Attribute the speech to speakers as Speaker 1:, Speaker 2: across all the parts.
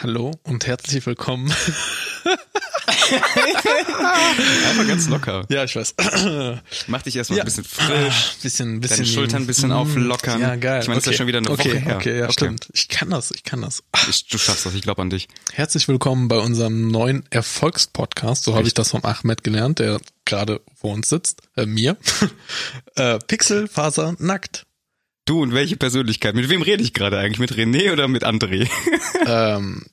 Speaker 1: Hallo und herzlich willkommen.
Speaker 2: Einfach ganz locker.
Speaker 1: Ja, ich weiß.
Speaker 2: Mach dich erstmal
Speaker 1: Ja.
Speaker 2: ein bisschen frisch.
Speaker 1: Bisschen, bisschen. Hm.
Speaker 2: Deine Schultern ein bisschen auflockern.
Speaker 1: Ja, geil.
Speaker 2: Ich meine, es ist ja schon wieder eine
Speaker 1: okay,
Speaker 2: Woche her.
Speaker 1: Okay, ja,
Speaker 2: Okay.
Speaker 1: stimmt. Ich kann das, ich kann das.
Speaker 2: Ich, du schaffst das, ich glaube an dich.
Speaker 1: Herzlich willkommen bei unserem neuen Erfolgspodcast. So habe ich das vom Ahmed gelernt, der gerade vor uns sitzt. Äh, mir. äh, Pixelfaser nackt.
Speaker 2: Du und welche Persönlichkeit? Mit wem rede ich gerade eigentlich? Mit René oder mit André?
Speaker 1: ähm,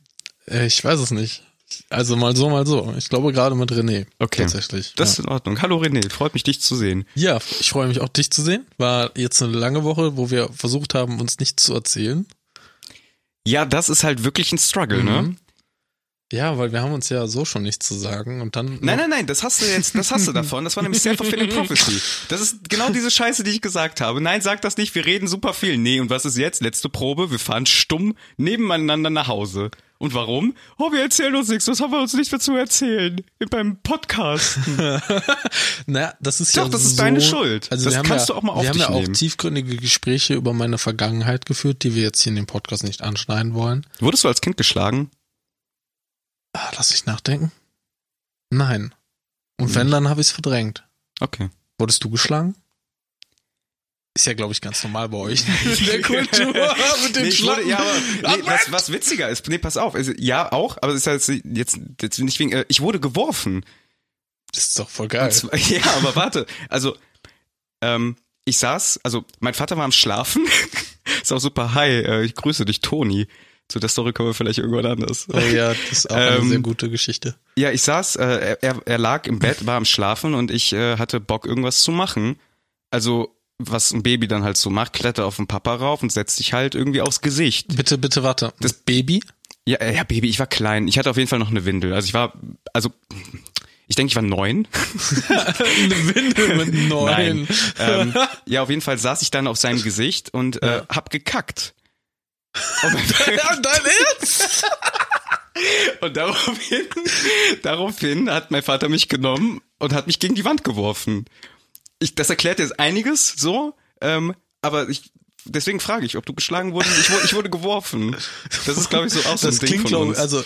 Speaker 1: äh, ich weiß es nicht. Also mal so, mal so. Ich glaube gerade mit René.
Speaker 2: Okay.
Speaker 1: Tatsächlich.
Speaker 2: Das
Speaker 1: ja.
Speaker 2: ist in Ordnung. Hallo René, freut mich, dich zu sehen.
Speaker 1: Ja, ich freue mich auch, dich zu sehen. War jetzt eine lange Woche, wo wir versucht haben, uns nicht zu erzählen.
Speaker 2: Ja, das ist halt wirklich ein Struggle, ne?
Speaker 1: Mhm. Ja, weil wir haben uns ja so schon nichts zu sagen und dann.
Speaker 2: Nein, nein, nein, das hast du jetzt, das hast du davon. Das war nämlich Self-Fulfilling Prophecy. Das ist genau diese Scheiße, die ich gesagt habe. Nein, sag das nicht, wir reden super viel. Nee, und was ist jetzt? Letzte Probe, wir fahren stumm nebeneinander nach Hause. Und warum? Oh, wir erzählen uns nichts, was haben wir uns nicht mehr zu erzählen? Beim Podcast.
Speaker 1: Na, das ist
Speaker 2: Doch,
Speaker 1: ja
Speaker 2: das ist
Speaker 1: so,
Speaker 2: deine Schuld.
Speaker 1: Also
Speaker 2: Das
Speaker 1: wir haben
Speaker 2: kannst
Speaker 1: ja,
Speaker 2: du auch mal auf
Speaker 1: Wir haben
Speaker 2: dich
Speaker 1: ja auch
Speaker 2: nehmen.
Speaker 1: tiefgründige Gespräche über meine Vergangenheit geführt, die wir jetzt hier in dem Podcast nicht anschneiden wollen.
Speaker 2: Wurdest du als Kind geschlagen?
Speaker 1: Ah, lass ich nachdenken. Nein. Und wenn, dann habe ich es verdrängt.
Speaker 2: Okay.
Speaker 1: Wurdest du geschlagen? Ist ja, glaube ich, ganz normal bei euch. In der Kultur mit den
Speaker 2: Nee, ich wurde,
Speaker 1: Schlappen.
Speaker 2: ja, aber, nee, was, was witziger ist, nee, pass auf, also, ja auch, aber es ist halt jetzt, jetzt nicht wegen, äh, ich wurde geworfen.
Speaker 1: Das ist doch voll geil.
Speaker 2: Und zwar- Ja, aber warte, also ähm, ich saß, also mein Vater war am Schlafen, ist auch super, hi, äh, ich grüße dich, Toni. Zu der Story kommen wir vielleicht irgendwann anders.
Speaker 1: Oh ja, das ist auch eine
Speaker 2: Ähm,
Speaker 1: sehr gute Geschichte.
Speaker 2: Ja, ich saß, äh, er, er lag im Bett, war am Schlafen und ich äh, hatte Bock, irgendwas zu machen. Also, was ein Baby dann halt so macht, klettert auf den Papa rauf und setzt sich halt irgendwie aufs Gesicht.
Speaker 1: Bitte, bitte warte. Das Baby?
Speaker 2: Ja, äh, ja, Baby, ich war klein. Ich hatte auf jeden Fall noch eine Windel. Also ich war, also ich denke, ich war neun.
Speaker 1: Eine Windel mit neun.
Speaker 2: Ähm, ja, auf jeden Fall saß ich dann auf seinem Gesicht und äh, hab gekackt. Und,
Speaker 1: Ja, dein Ernst?
Speaker 2: und daraufhin, daraufhin hat mein Vater mich genommen und hat mich gegen die Wand geworfen. Ich, das erklärt jetzt einiges so, ähm, aber ich, deswegen frage ich, ob du geschlagen wurdest. Ich, wurde- ich wurde geworfen. Das ist, glaube ich, so auch so ein
Speaker 1: Das
Speaker 2: Ding
Speaker 1: klingt,
Speaker 2: von
Speaker 1: glaube
Speaker 2: uns.
Speaker 1: ich,
Speaker 2: Mhm.
Speaker 1: also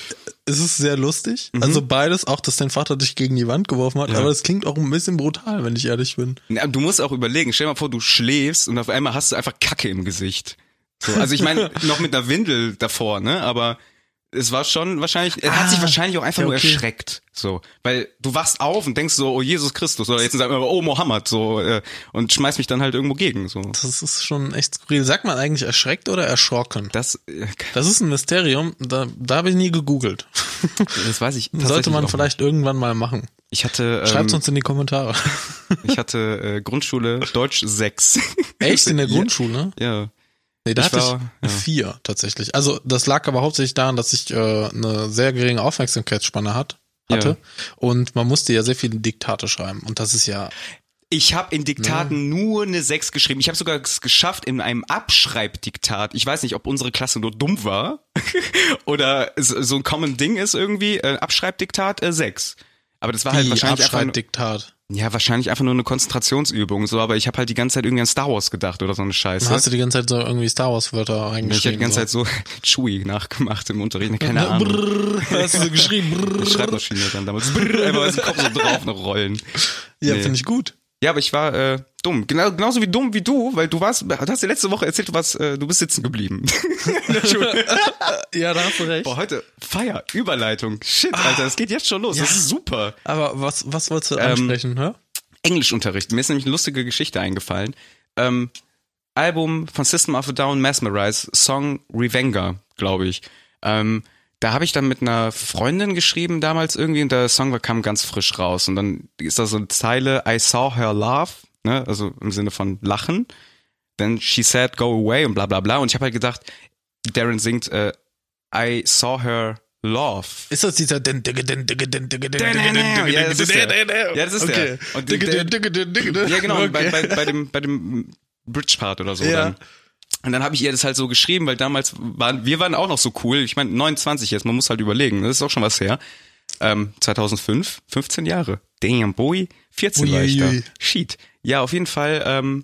Speaker 1: es ist sehr lustig. Also beides, auch dass dein Vater dich gegen die Wand geworfen hat, aber das klingt auch ein bisschen brutal, wenn ich ehrlich bin.
Speaker 2: Na, du musst auch überlegen, stell dir mal vor, du schläfst und auf einmal hast du einfach Kacke im Gesicht. So, also ich meine, noch mit einer Windel davor, ne? Aber es war schon wahrscheinlich, er
Speaker 1: Ah,
Speaker 2: hat sich wahrscheinlich auch einfach
Speaker 1: ja,
Speaker 2: nur
Speaker 1: okay.
Speaker 2: erschreckt. So. Weil du wachst auf und denkst so, oh Jesus Christus, oder jetzt sagen wir, oh Mohammed, so, äh, und schmeißt mich dann halt irgendwo gegen. So.
Speaker 1: Das ist schon echt skurril. Sagt man eigentlich erschreckt oder erschrocken?
Speaker 2: Das, äh,
Speaker 1: Das ist ein Mysterium, da, da habe ich nie gegoogelt.
Speaker 2: das weiß ich.
Speaker 1: Sollte
Speaker 2: tatsächlich
Speaker 1: man
Speaker 2: auch
Speaker 1: vielleicht irgendwann mal machen.
Speaker 2: nicht. Ich hatte,
Speaker 1: Schreibt
Speaker 2: ähm,
Speaker 1: uns in die Kommentare.
Speaker 2: ich hatte äh, Grundschule Deutsch 6.
Speaker 1: Echt in der Grundschule?
Speaker 2: ja.
Speaker 1: Nee, da
Speaker 2: Ich
Speaker 1: hatte
Speaker 2: war-
Speaker 1: ich
Speaker 2: ja.
Speaker 1: vier tatsächlich. Also das lag aber hauptsächlich daran, dass ich äh, eine sehr geringe Aufmerksamkeitsspanne hat, hatte.
Speaker 2: Ja.
Speaker 1: Und man musste ja sehr viele Diktate schreiben. Und das ist ja.
Speaker 2: Ich habe in Diktaten nur eine 6 geschrieben. Ich habe sogar es geschafft in einem Abschreibdiktat. Ich weiß nicht, ob unsere Klasse nur dumm war oder es so ein common Ding ist irgendwie. Äh, Abschreibdiktat äh, 6. Aber das war halt
Speaker 1: Wie,
Speaker 2: wahrscheinlich einfach, nur-
Speaker 1: Abschreibdiktat.
Speaker 2: ja, wahrscheinlich einfach nur eine Konzentrationsübung. So, aber ich habe halt die ganze Zeit irgendwie an Star Wars gedacht oder so eine Scheiße.
Speaker 1: Dann hast du die ganze Zeit so irgendwie Star Wars-Wörter
Speaker 2: ich habe
Speaker 1: reingeschrieben.
Speaker 2: die ganze Zeit so Chewie nachgemacht im Unterricht. Keine Ahnung.
Speaker 1: Brrr, hast du so geschrieben. Brrr.
Speaker 2: Die Schreibmaschine dann damals. Brrr, einfach aus dem Kopf so drauf noch rollen.
Speaker 1: Ja,
Speaker 2: Nee.
Speaker 1: finde ich gut.
Speaker 2: Ja, aber ich war äh, dumm. Genau, genauso wie dumm wie du, weil du warst, du hast dir letzte Woche erzählt, du warst, äh, du bist sitzen geblieben. In der Schule.
Speaker 1: Äh, Ja, da hast du recht.
Speaker 2: Boah, heute Feier, Überleitung. Shit, Alter, das geht jetzt schon los. Das ist super.
Speaker 1: Aber was, was wolltest
Speaker 2: Ähm,
Speaker 1: du ansprechen, hä?
Speaker 2: Englischunterricht. Mir ist nämlich eine lustige Geschichte eingefallen. Ähm, Album von System of a Down, Mesmerize, Song Revenger, glaube ich. Ähm, da habe ich dann mit einer Freundin geschrieben damals irgendwie und der Song war- kam ganz frisch raus. Und dann ist da so eine Zeile, I saw her laugh, ne? also im Sinne von lachen. Then she said go away und bla bla bla. Und ich habe halt gedacht, Darren singt äh, I saw her love.
Speaker 1: Ist das dieser den dicke den dicke den dicke den dicke den dicke
Speaker 2: Ja, das ist der.
Speaker 1: den dicke
Speaker 2: Ja, das ist der.
Speaker 1: okay.
Speaker 2: Und
Speaker 1: Dicke
Speaker 2: der-
Speaker 1: den dicke den dicke den
Speaker 2: Ja, genau, bei,
Speaker 1: ne? Okay.
Speaker 2: bei, bei dem, bei dem Bridge-Part oder so.
Speaker 1: Ja.
Speaker 2: Dann. Und dann habe ich ihr das halt so geschrieben, weil damals waren, wir waren auch noch so cool. Ich meine, 29 jetzt, man muss halt überlegen, das ist auch schon was her. Ähm, 2005, 15 Jahre. Damn, boy, 14 war ich da.
Speaker 1: Uiuiui.
Speaker 2: Shit. Ja, auf jeden Fall, ähm,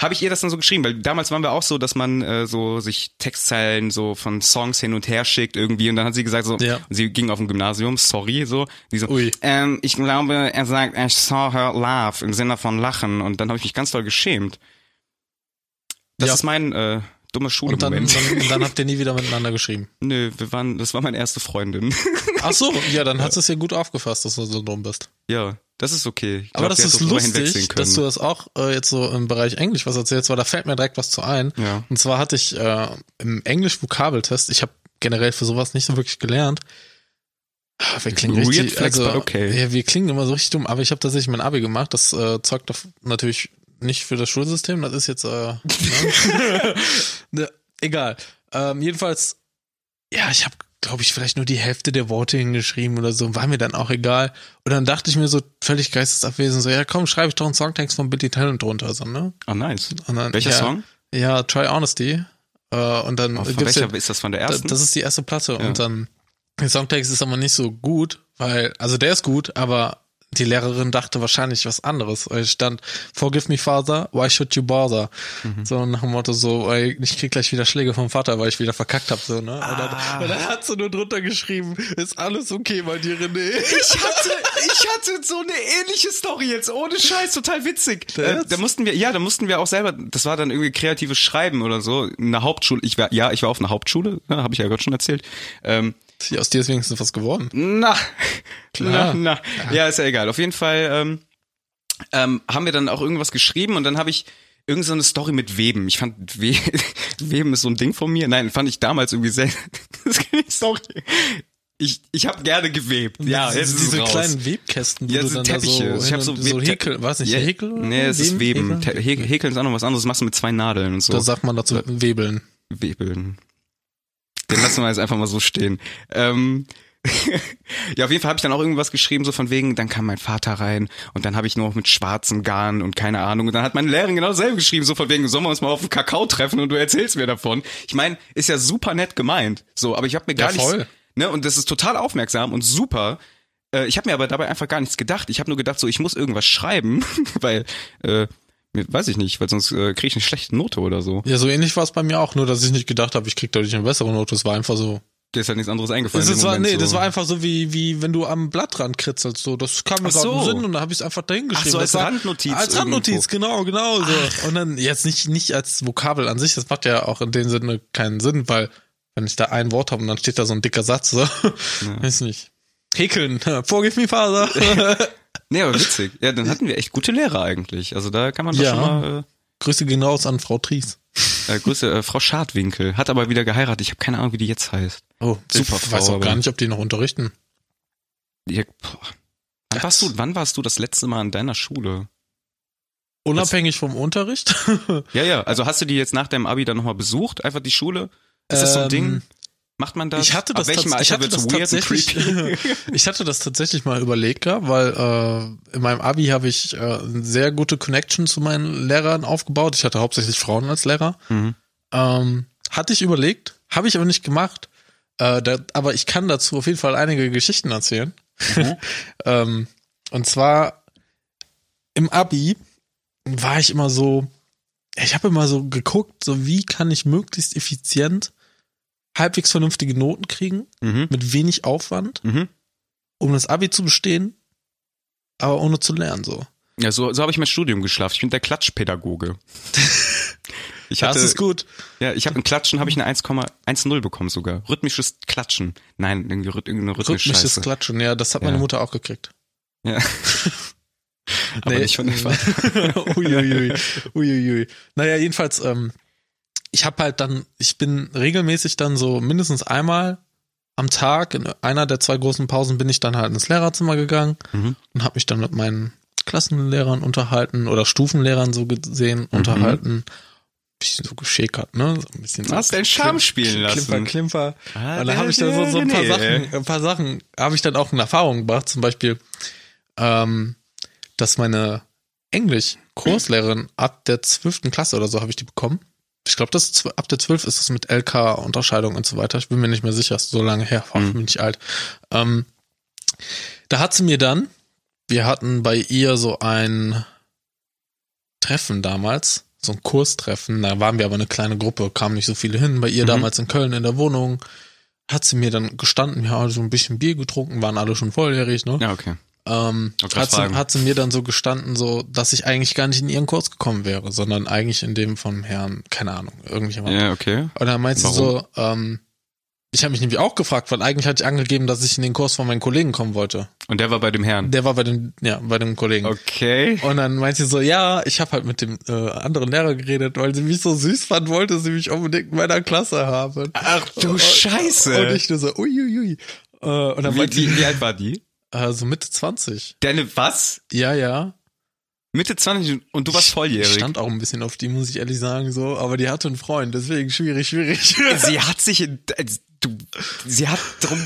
Speaker 2: habe ich ihr das dann so geschrieben, weil damals waren wir auch so, dass man äh, so sich Textzeilen so von Songs hin und her schickt irgendwie und dann hat sie gesagt so,
Speaker 1: Ja.
Speaker 2: sie ging auf dem Gymnasium, sorry so, die so,
Speaker 1: Ui.
Speaker 2: ähm, ich glaube, er sagt, I saw her laugh im Sinne von lachen und dann habe ich mich ganz doll geschämt. Das
Speaker 1: Ja.
Speaker 2: ist mein äh, dummer
Speaker 1: Und dann,
Speaker 2: Schulmoment.
Speaker 1: dann, dann habt ihr nie wieder miteinander geschrieben.
Speaker 2: Nö, wir waren, das war meine erste Freundin.
Speaker 1: Ach so, ja, dann hat sie es ja gut aufgefasst, dass du so dumm bist.
Speaker 2: ja, das ist okay. Ich
Speaker 1: Aber
Speaker 2: glaub,
Speaker 1: das
Speaker 2: sie hat
Speaker 1: ist
Speaker 2: drüber
Speaker 1: lustig,
Speaker 2: hinwegsehen
Speaker 1: dass du das auch äh, jetzt so im Bereich Englisch was erzählst, weil da fällt mir direkt was zu ein.
Speaker 2: Ja.
Speaker 1: Und zwar hatte ich äh, im Englisch-Vokabeltest, ich habe generell für sowas nicht so wirklich gelernt. Ah, Wir klingen
Speaker 2: Weird
Speaker 1: richtig,
Speaker 2: flex,
Speaker 1: also,
Speaker 2: but okay.
Speaker 1: ja, wir klingen immer so richtig dumm, aber ich habe tatsächlich mein Abi gemacht. Das äh, zeugt auf, natürlich nicht für das Schulsystem, das ist jetzt äh, ne? ne, egal. Ähm, jedenfalls, ja, ich habe, glaube ich, vielleicht nur die Hälfte der Worte hingeschrieben oder so, war mir dann auch egal. Und dann dachte ich mir so völlig geistesabwesend, so, ja komm, schreibe ich doch einen Songtext von Billy Talent drunter, so, ne?
Speaker 2: Oh, nice.
Speaker 1: Und dann,
Speaker 2: Welcher
Speaker 1: ja,
Speaker 2: Song?
Speaker 1: Ja, Try Honesty. Äh, und dann
Speaker 2: Oh, von
Speaker 1: gibt's ja,
Speaker 2: welcher ist das? Von der
Speaker 1: da-
Speaker 2: ersten?
Speaker 1: das ist die erste Platte. Und dann, der Songtext ist aber nicht so gut, weil, also der ist gut, aber die Lehrerin dachte wahrscheinlich was anderes. Es stand, forgive me father, why should you bother?
Speaker 2: Mhm.
Speaker 1: So nach dem Motto so, ey, ich krieg gleich wieder Schläge vom Vater, weil ich wieder verkackt hab, so, ne? Und,
Speaker 2: Ah.
Speaker 1: dann, und dann hat sie nur drunter geschrieben, ist alles okay bei dir, René?
Speaker 2: Ich hatte, ich hatte so eine ähnliche Story jetzt, ohne Scheiß, total witzig. Äh,
Speaker 1: Ernst?
Speaker 2: da mussten wir, ja, da mussten wir auch selber, das war dann irgendwie kreatives Schreiben oder so, in der Hauptschule. Ich war, ja, ich war auf einer Hauptschule, ne, habe ich ja gerade schon erzählt. Ähm,
Speaker 1: Ja, aus dir ist wenigstens was geworden.
Speaker 2: na,
Speaker 1: Klar.
Speaker 2: na, na. Ja, ist ja egal. Auf jeden Fall ähm, ähm, haben wir dann auch irgendwas geschrieben und dann habe ich irgend so eine Story mit Weben. Ich fand We Weben ist so ein Ding von mir. Nein, fand ich damals irgendwie sehr. Das ist keine Story. Ich, ich habe gerne gewebt. Ja, jetzt ist es
Speaker 1: diese
Speaker 2: raus.
Speaker 1: kleinen Webkästen, wo
Speaker 2: Ja,
Speaker 1: du
Speaker 2: so
Speaker 1: dann da so,
Speaker 2: Teppiche. ich
Speaker 1: hin
Speaker 2: hab so,
Speaker 1: und- so
Speaker 2: Web-
Speaker 1: Häkel, weiß nicht,
Speaker 2: ja,
Speaker 1: Häkel? oder
Speaker 2: Nee, es ist Weben.
Speaker 1: Häkeln?
Speaker 2: Te- Hä- Häkeln ist auch noch was anderes. Das machst du mit zwei Nadeln und so.
Speaker 1: Da sagt man dazu Webeln.
Speaker 2: Webeln. Den lassen wir jetzt einfach mal so stehen. Ähm, ja, auf jeden Fall habe ich dann auch irgendwas geschrieben, so von wegen, dann kam mein Vater rein und dann habe ich nur noch mit schwarzem Garn und keine Ahnung. Und dann hat meine Lehrerin genau dasselbe geschrieben, so von wegen, sollen wir uns mal auf den Kakao treffen und du erzählst mir davon. Ich meine, ist ja super nett gemeint. So, aber ich habe mir gar
Speaker 1: Ja,
Speaker 2: nichts.
Speaker 1: voll.
Speaker 2: Ne, und das ist total aufmerksam und super. Äh, ich habe mir aber dabei einfach gar nichts gedacht. Ich habe nur gedacht, so, ich muss irgendwas schreiben, weil, äh, weiß ich nicht, weil sonst äh, kriege ich eine schlechte Note oder so.
Speaker 1: Ja, so ähnlich war es bei mir auch, nur dass ich nicht gedacht habe, ich krieg dadurch eine bessere Note. Es war einfach so.
Speaker 2: Dir ist halt nichts anderes eingefallen.
Speaker 1: Das,
Speaker 2: im
Speaker 1: war,
Speaker 2: Moment
Speaker 1: nee,
Speaker 2: so.
Speaker 1: das war einfach so wie, wie wenn du am Blattrand kritzelst. So, das kam mir
Speaker 2: Ach
Speaker 1: gerade im
Speaker 2: so.
Speaker 1: Sinn und dann habe ich es einfach dahin geschrieben.
Speaker 2: so, als
Speaker 1: das war,
Speaker 2: Randnotiz
Speaker 1: Als Randnotiz, genau, genau. So. Und dann jetzt nicht, nicht als Vokabel an sich, das macht ja auch in dem Sinne keinen Sinn, weil wenn ich da ein Wort habe und dann steht da so ein dicker Satz, so, weiß nicht. Häkeln, forgive me father.
Speaker 2: Nee, aber witzig. Ja, dann hatten wir echt gute Lehrer eigentlich. Also da kann man doch
Speaker 1: Ja.
Speaker 2: schon mal.
Speaker 1: Grüße gehen raus an Frau Tries.
Speaker 2: Äh, äh, Grüße, äh, Frau Schadwinkel. Hat aber wieder geheiratet. Ich habe keine Ahnung, wie die jetzt heißt.
Speaker 1: Oh,
Speaker 2: super
Speaker 1: Ich
Speaker 2: Frau,
Speaker 1: weiß auch
Speaker 2: aber-
Speaker 1: gar nicht, ob die noch unterrichten.
Speaker 2: Ihr, äh, boah. Wann, warst du, wann warst du das letzte Mal an deiner Schule?
Speaker 1: Unabhängig vom Unterricht.
Speaker 2: Ja, ja. Also hast du die jetzt nach deinem Abi dann nochmal besucht? Einfach die Schule? Ist das so ein
Speaker 1: Ähm,
Speaker 2: Ding? Macht man das?
Speaker 1: Ich hatte das,
Speaker 2: Ab welchem
Speaker 1: tats- ich
Speaker 2: Alter
Speaker 1: hatte
Speaker 2: wird's
Speaker 1: das
Speaker 2: weird und
Speaker 1: tatsächlich,
Speaker 2: creepy?
Speaker 1: ich hatte das tatsächlich mal überlegt, ja, weil äh, in meinem Abi habe ich äh, eine sehr gute Connection zu meinen Lehrern aufgebaut. Ich hatte hauptsächlich Frauen als Lehrer.
Speaker 2: Mhm.
Speaker 1: Ähm, hatte ich überlegt, habe ich aber nicht gemacht. Äh, da, aber ich kann dazu auf jeden Fall einige Geschichten erzählen.
Speaker 2: Mhm.
Speaker 1: ähm, und zwar im Abi war ich immer so, ich habe immer so geguckt, so wie kann ich möglichst effizient halbwegs vernünftige Noten kriegen
Speaker 2: Mhm.
Speaker 1: mit wenig Aufwand,
Speaker 2: Mhm.
Speaker 1: um das Abi zu bestehen, aber ohne zu lernen so.
Speaker 2: Ja, so, so habe ich mein Studium geschlafen. Ich bin der Klatschpädagoge. Ich
Speaker 1: das ist gut.
Speaker 2: Ja, ich habe im Klatschen habe ich eine 1,10 bekommen sogar. Rhythmisches Klatschen. Nein, irgendwie rhyth- irgendeine rhythmische
Speaker 1: Rhythmisches
Speaker 2: Scheiße.
Speaker 1: Klatschen, ja, das hat
Speaker 2: Ja.
Speaker 1: meine Mutter auch gekriegt.
Speaker 2: Ja. Aber nicht von der Vater.
Speaker 1: Uiuiui. Uiuiui. Naja, jedenfalls, ähm, ich habe halt dann, ich bin regelmäßig dann so mindestens einmal am Tag, in einer der zwei großen Pausen, bin ich dann halt ins Lehrerzimmer gegangen
Speaker 2: Mhm.
Speaker 1: und habe mich dann mit meinen Klassenlehrern unterhalten oder Stufenlehrern so gesehen
Speaker 2: Mhm.
Speaker 1: unterhalten. Bisschen so geschäkert, ne? So ein bisschen so
Speaker 2: Hast deinen Charme spielen
Speaker 1: Klimper,
Speaker 2: lassen.
Speaker 1: Klimper.
Speaker 2: Ah,
Speaker 1: und da
Speaker 2: der-
Speaker 1: habe ich dann so, so ein
Speaker 2: der
Speaker 1: paar
Speaker 2: René.
Speaker 1: Sachen, äh, ein paar Sachen habe ich dann auch in Erfahrung gebracht. Zum Beispiel, ähm, dass meine Englisch-Kurslehrerin ab der 12. Klasse oder so habe ich die bekommen. Ich glaube, das ist zw- ab der 12 ist es mit LK Unterscheidung und so weiter. Ich bin mir nicht mehr sicher, ist so lange her, Boah, bin ich alt. Ähm, da hat sie mir dann, wir hatten bei ihr so ein Treffen damals so ein Kurstreffen. Da waren wir aber eine kleine Gruppe, kamen nicht so viele hin. Bei ihr
Speaker 2: Mhm.
Speaker 1: damals in Köln in der Wohnung hat sie mir dann gestanden, wir haben so ein bisschen Bier getrunken, waren alle schon volljährig, ne?
Speaker 2: Ja, okay.
Speaker 1: Ähm,
Speaker 2: Wollte grad
Speaker 1: hat, sie,
Speaker 2: fragen.
Speaker 1: hat sie mir dann so gestanden, so, dass ich eigentlich gar nicht in ihren Kurs gekommen wäre, sondern eigentlich in dem von Herrn, keine Ahnung, irgendjemand.
Speaker 2: Ja, okay.
Speaker 1: Und dann meinte sie
Speaker 2: Warum?
Speaker 1: so, ähm, ich habe mich nämlich auch gefragt, weil eigentlich hatte ich angegeben, dass ich in den Kurs von meinen Kollegen kommen wollte.
Speaker 2: Und der war bei dem Herrn.
Speaker 1: Der war bei dem, ja, bei dem Kollegen.
Speaker 2: Okay.
Speaker 1: Und dann meinte sie so, ja, ich habe halt mit dem äh, anderen Lehrer geredet, weil sie mich so süß fand, wollte sie mich unbedingt in meiner Klasse haben.
Speaker 2: Ach Ah, du
Speaker 1: Und-
Speaker 2: Scheiße.
Speaker 1: Und ich nur so, uiuiui. Äh, und dann
Speaker 2: wie,
Speaker 1: meinte sie,
Speaker 2: die, wie alt war die?
Speaker 1: äh, so Mitte 20.
Speaker 2: Deine was?
Speaker 1: Ja, ja.
Speaker 2: Mitte 20 und du warst
Speaker 1: Ich
Speaker 2: volljährig.
Speaker 1: stand auch ein bisschen auf die, muss ich ehrlich sagen, so, aber die hatte einen Freund, deswegen schwierig, schwierig.
Speaker 2: Sie hat sich in, äh, du, sie hat drum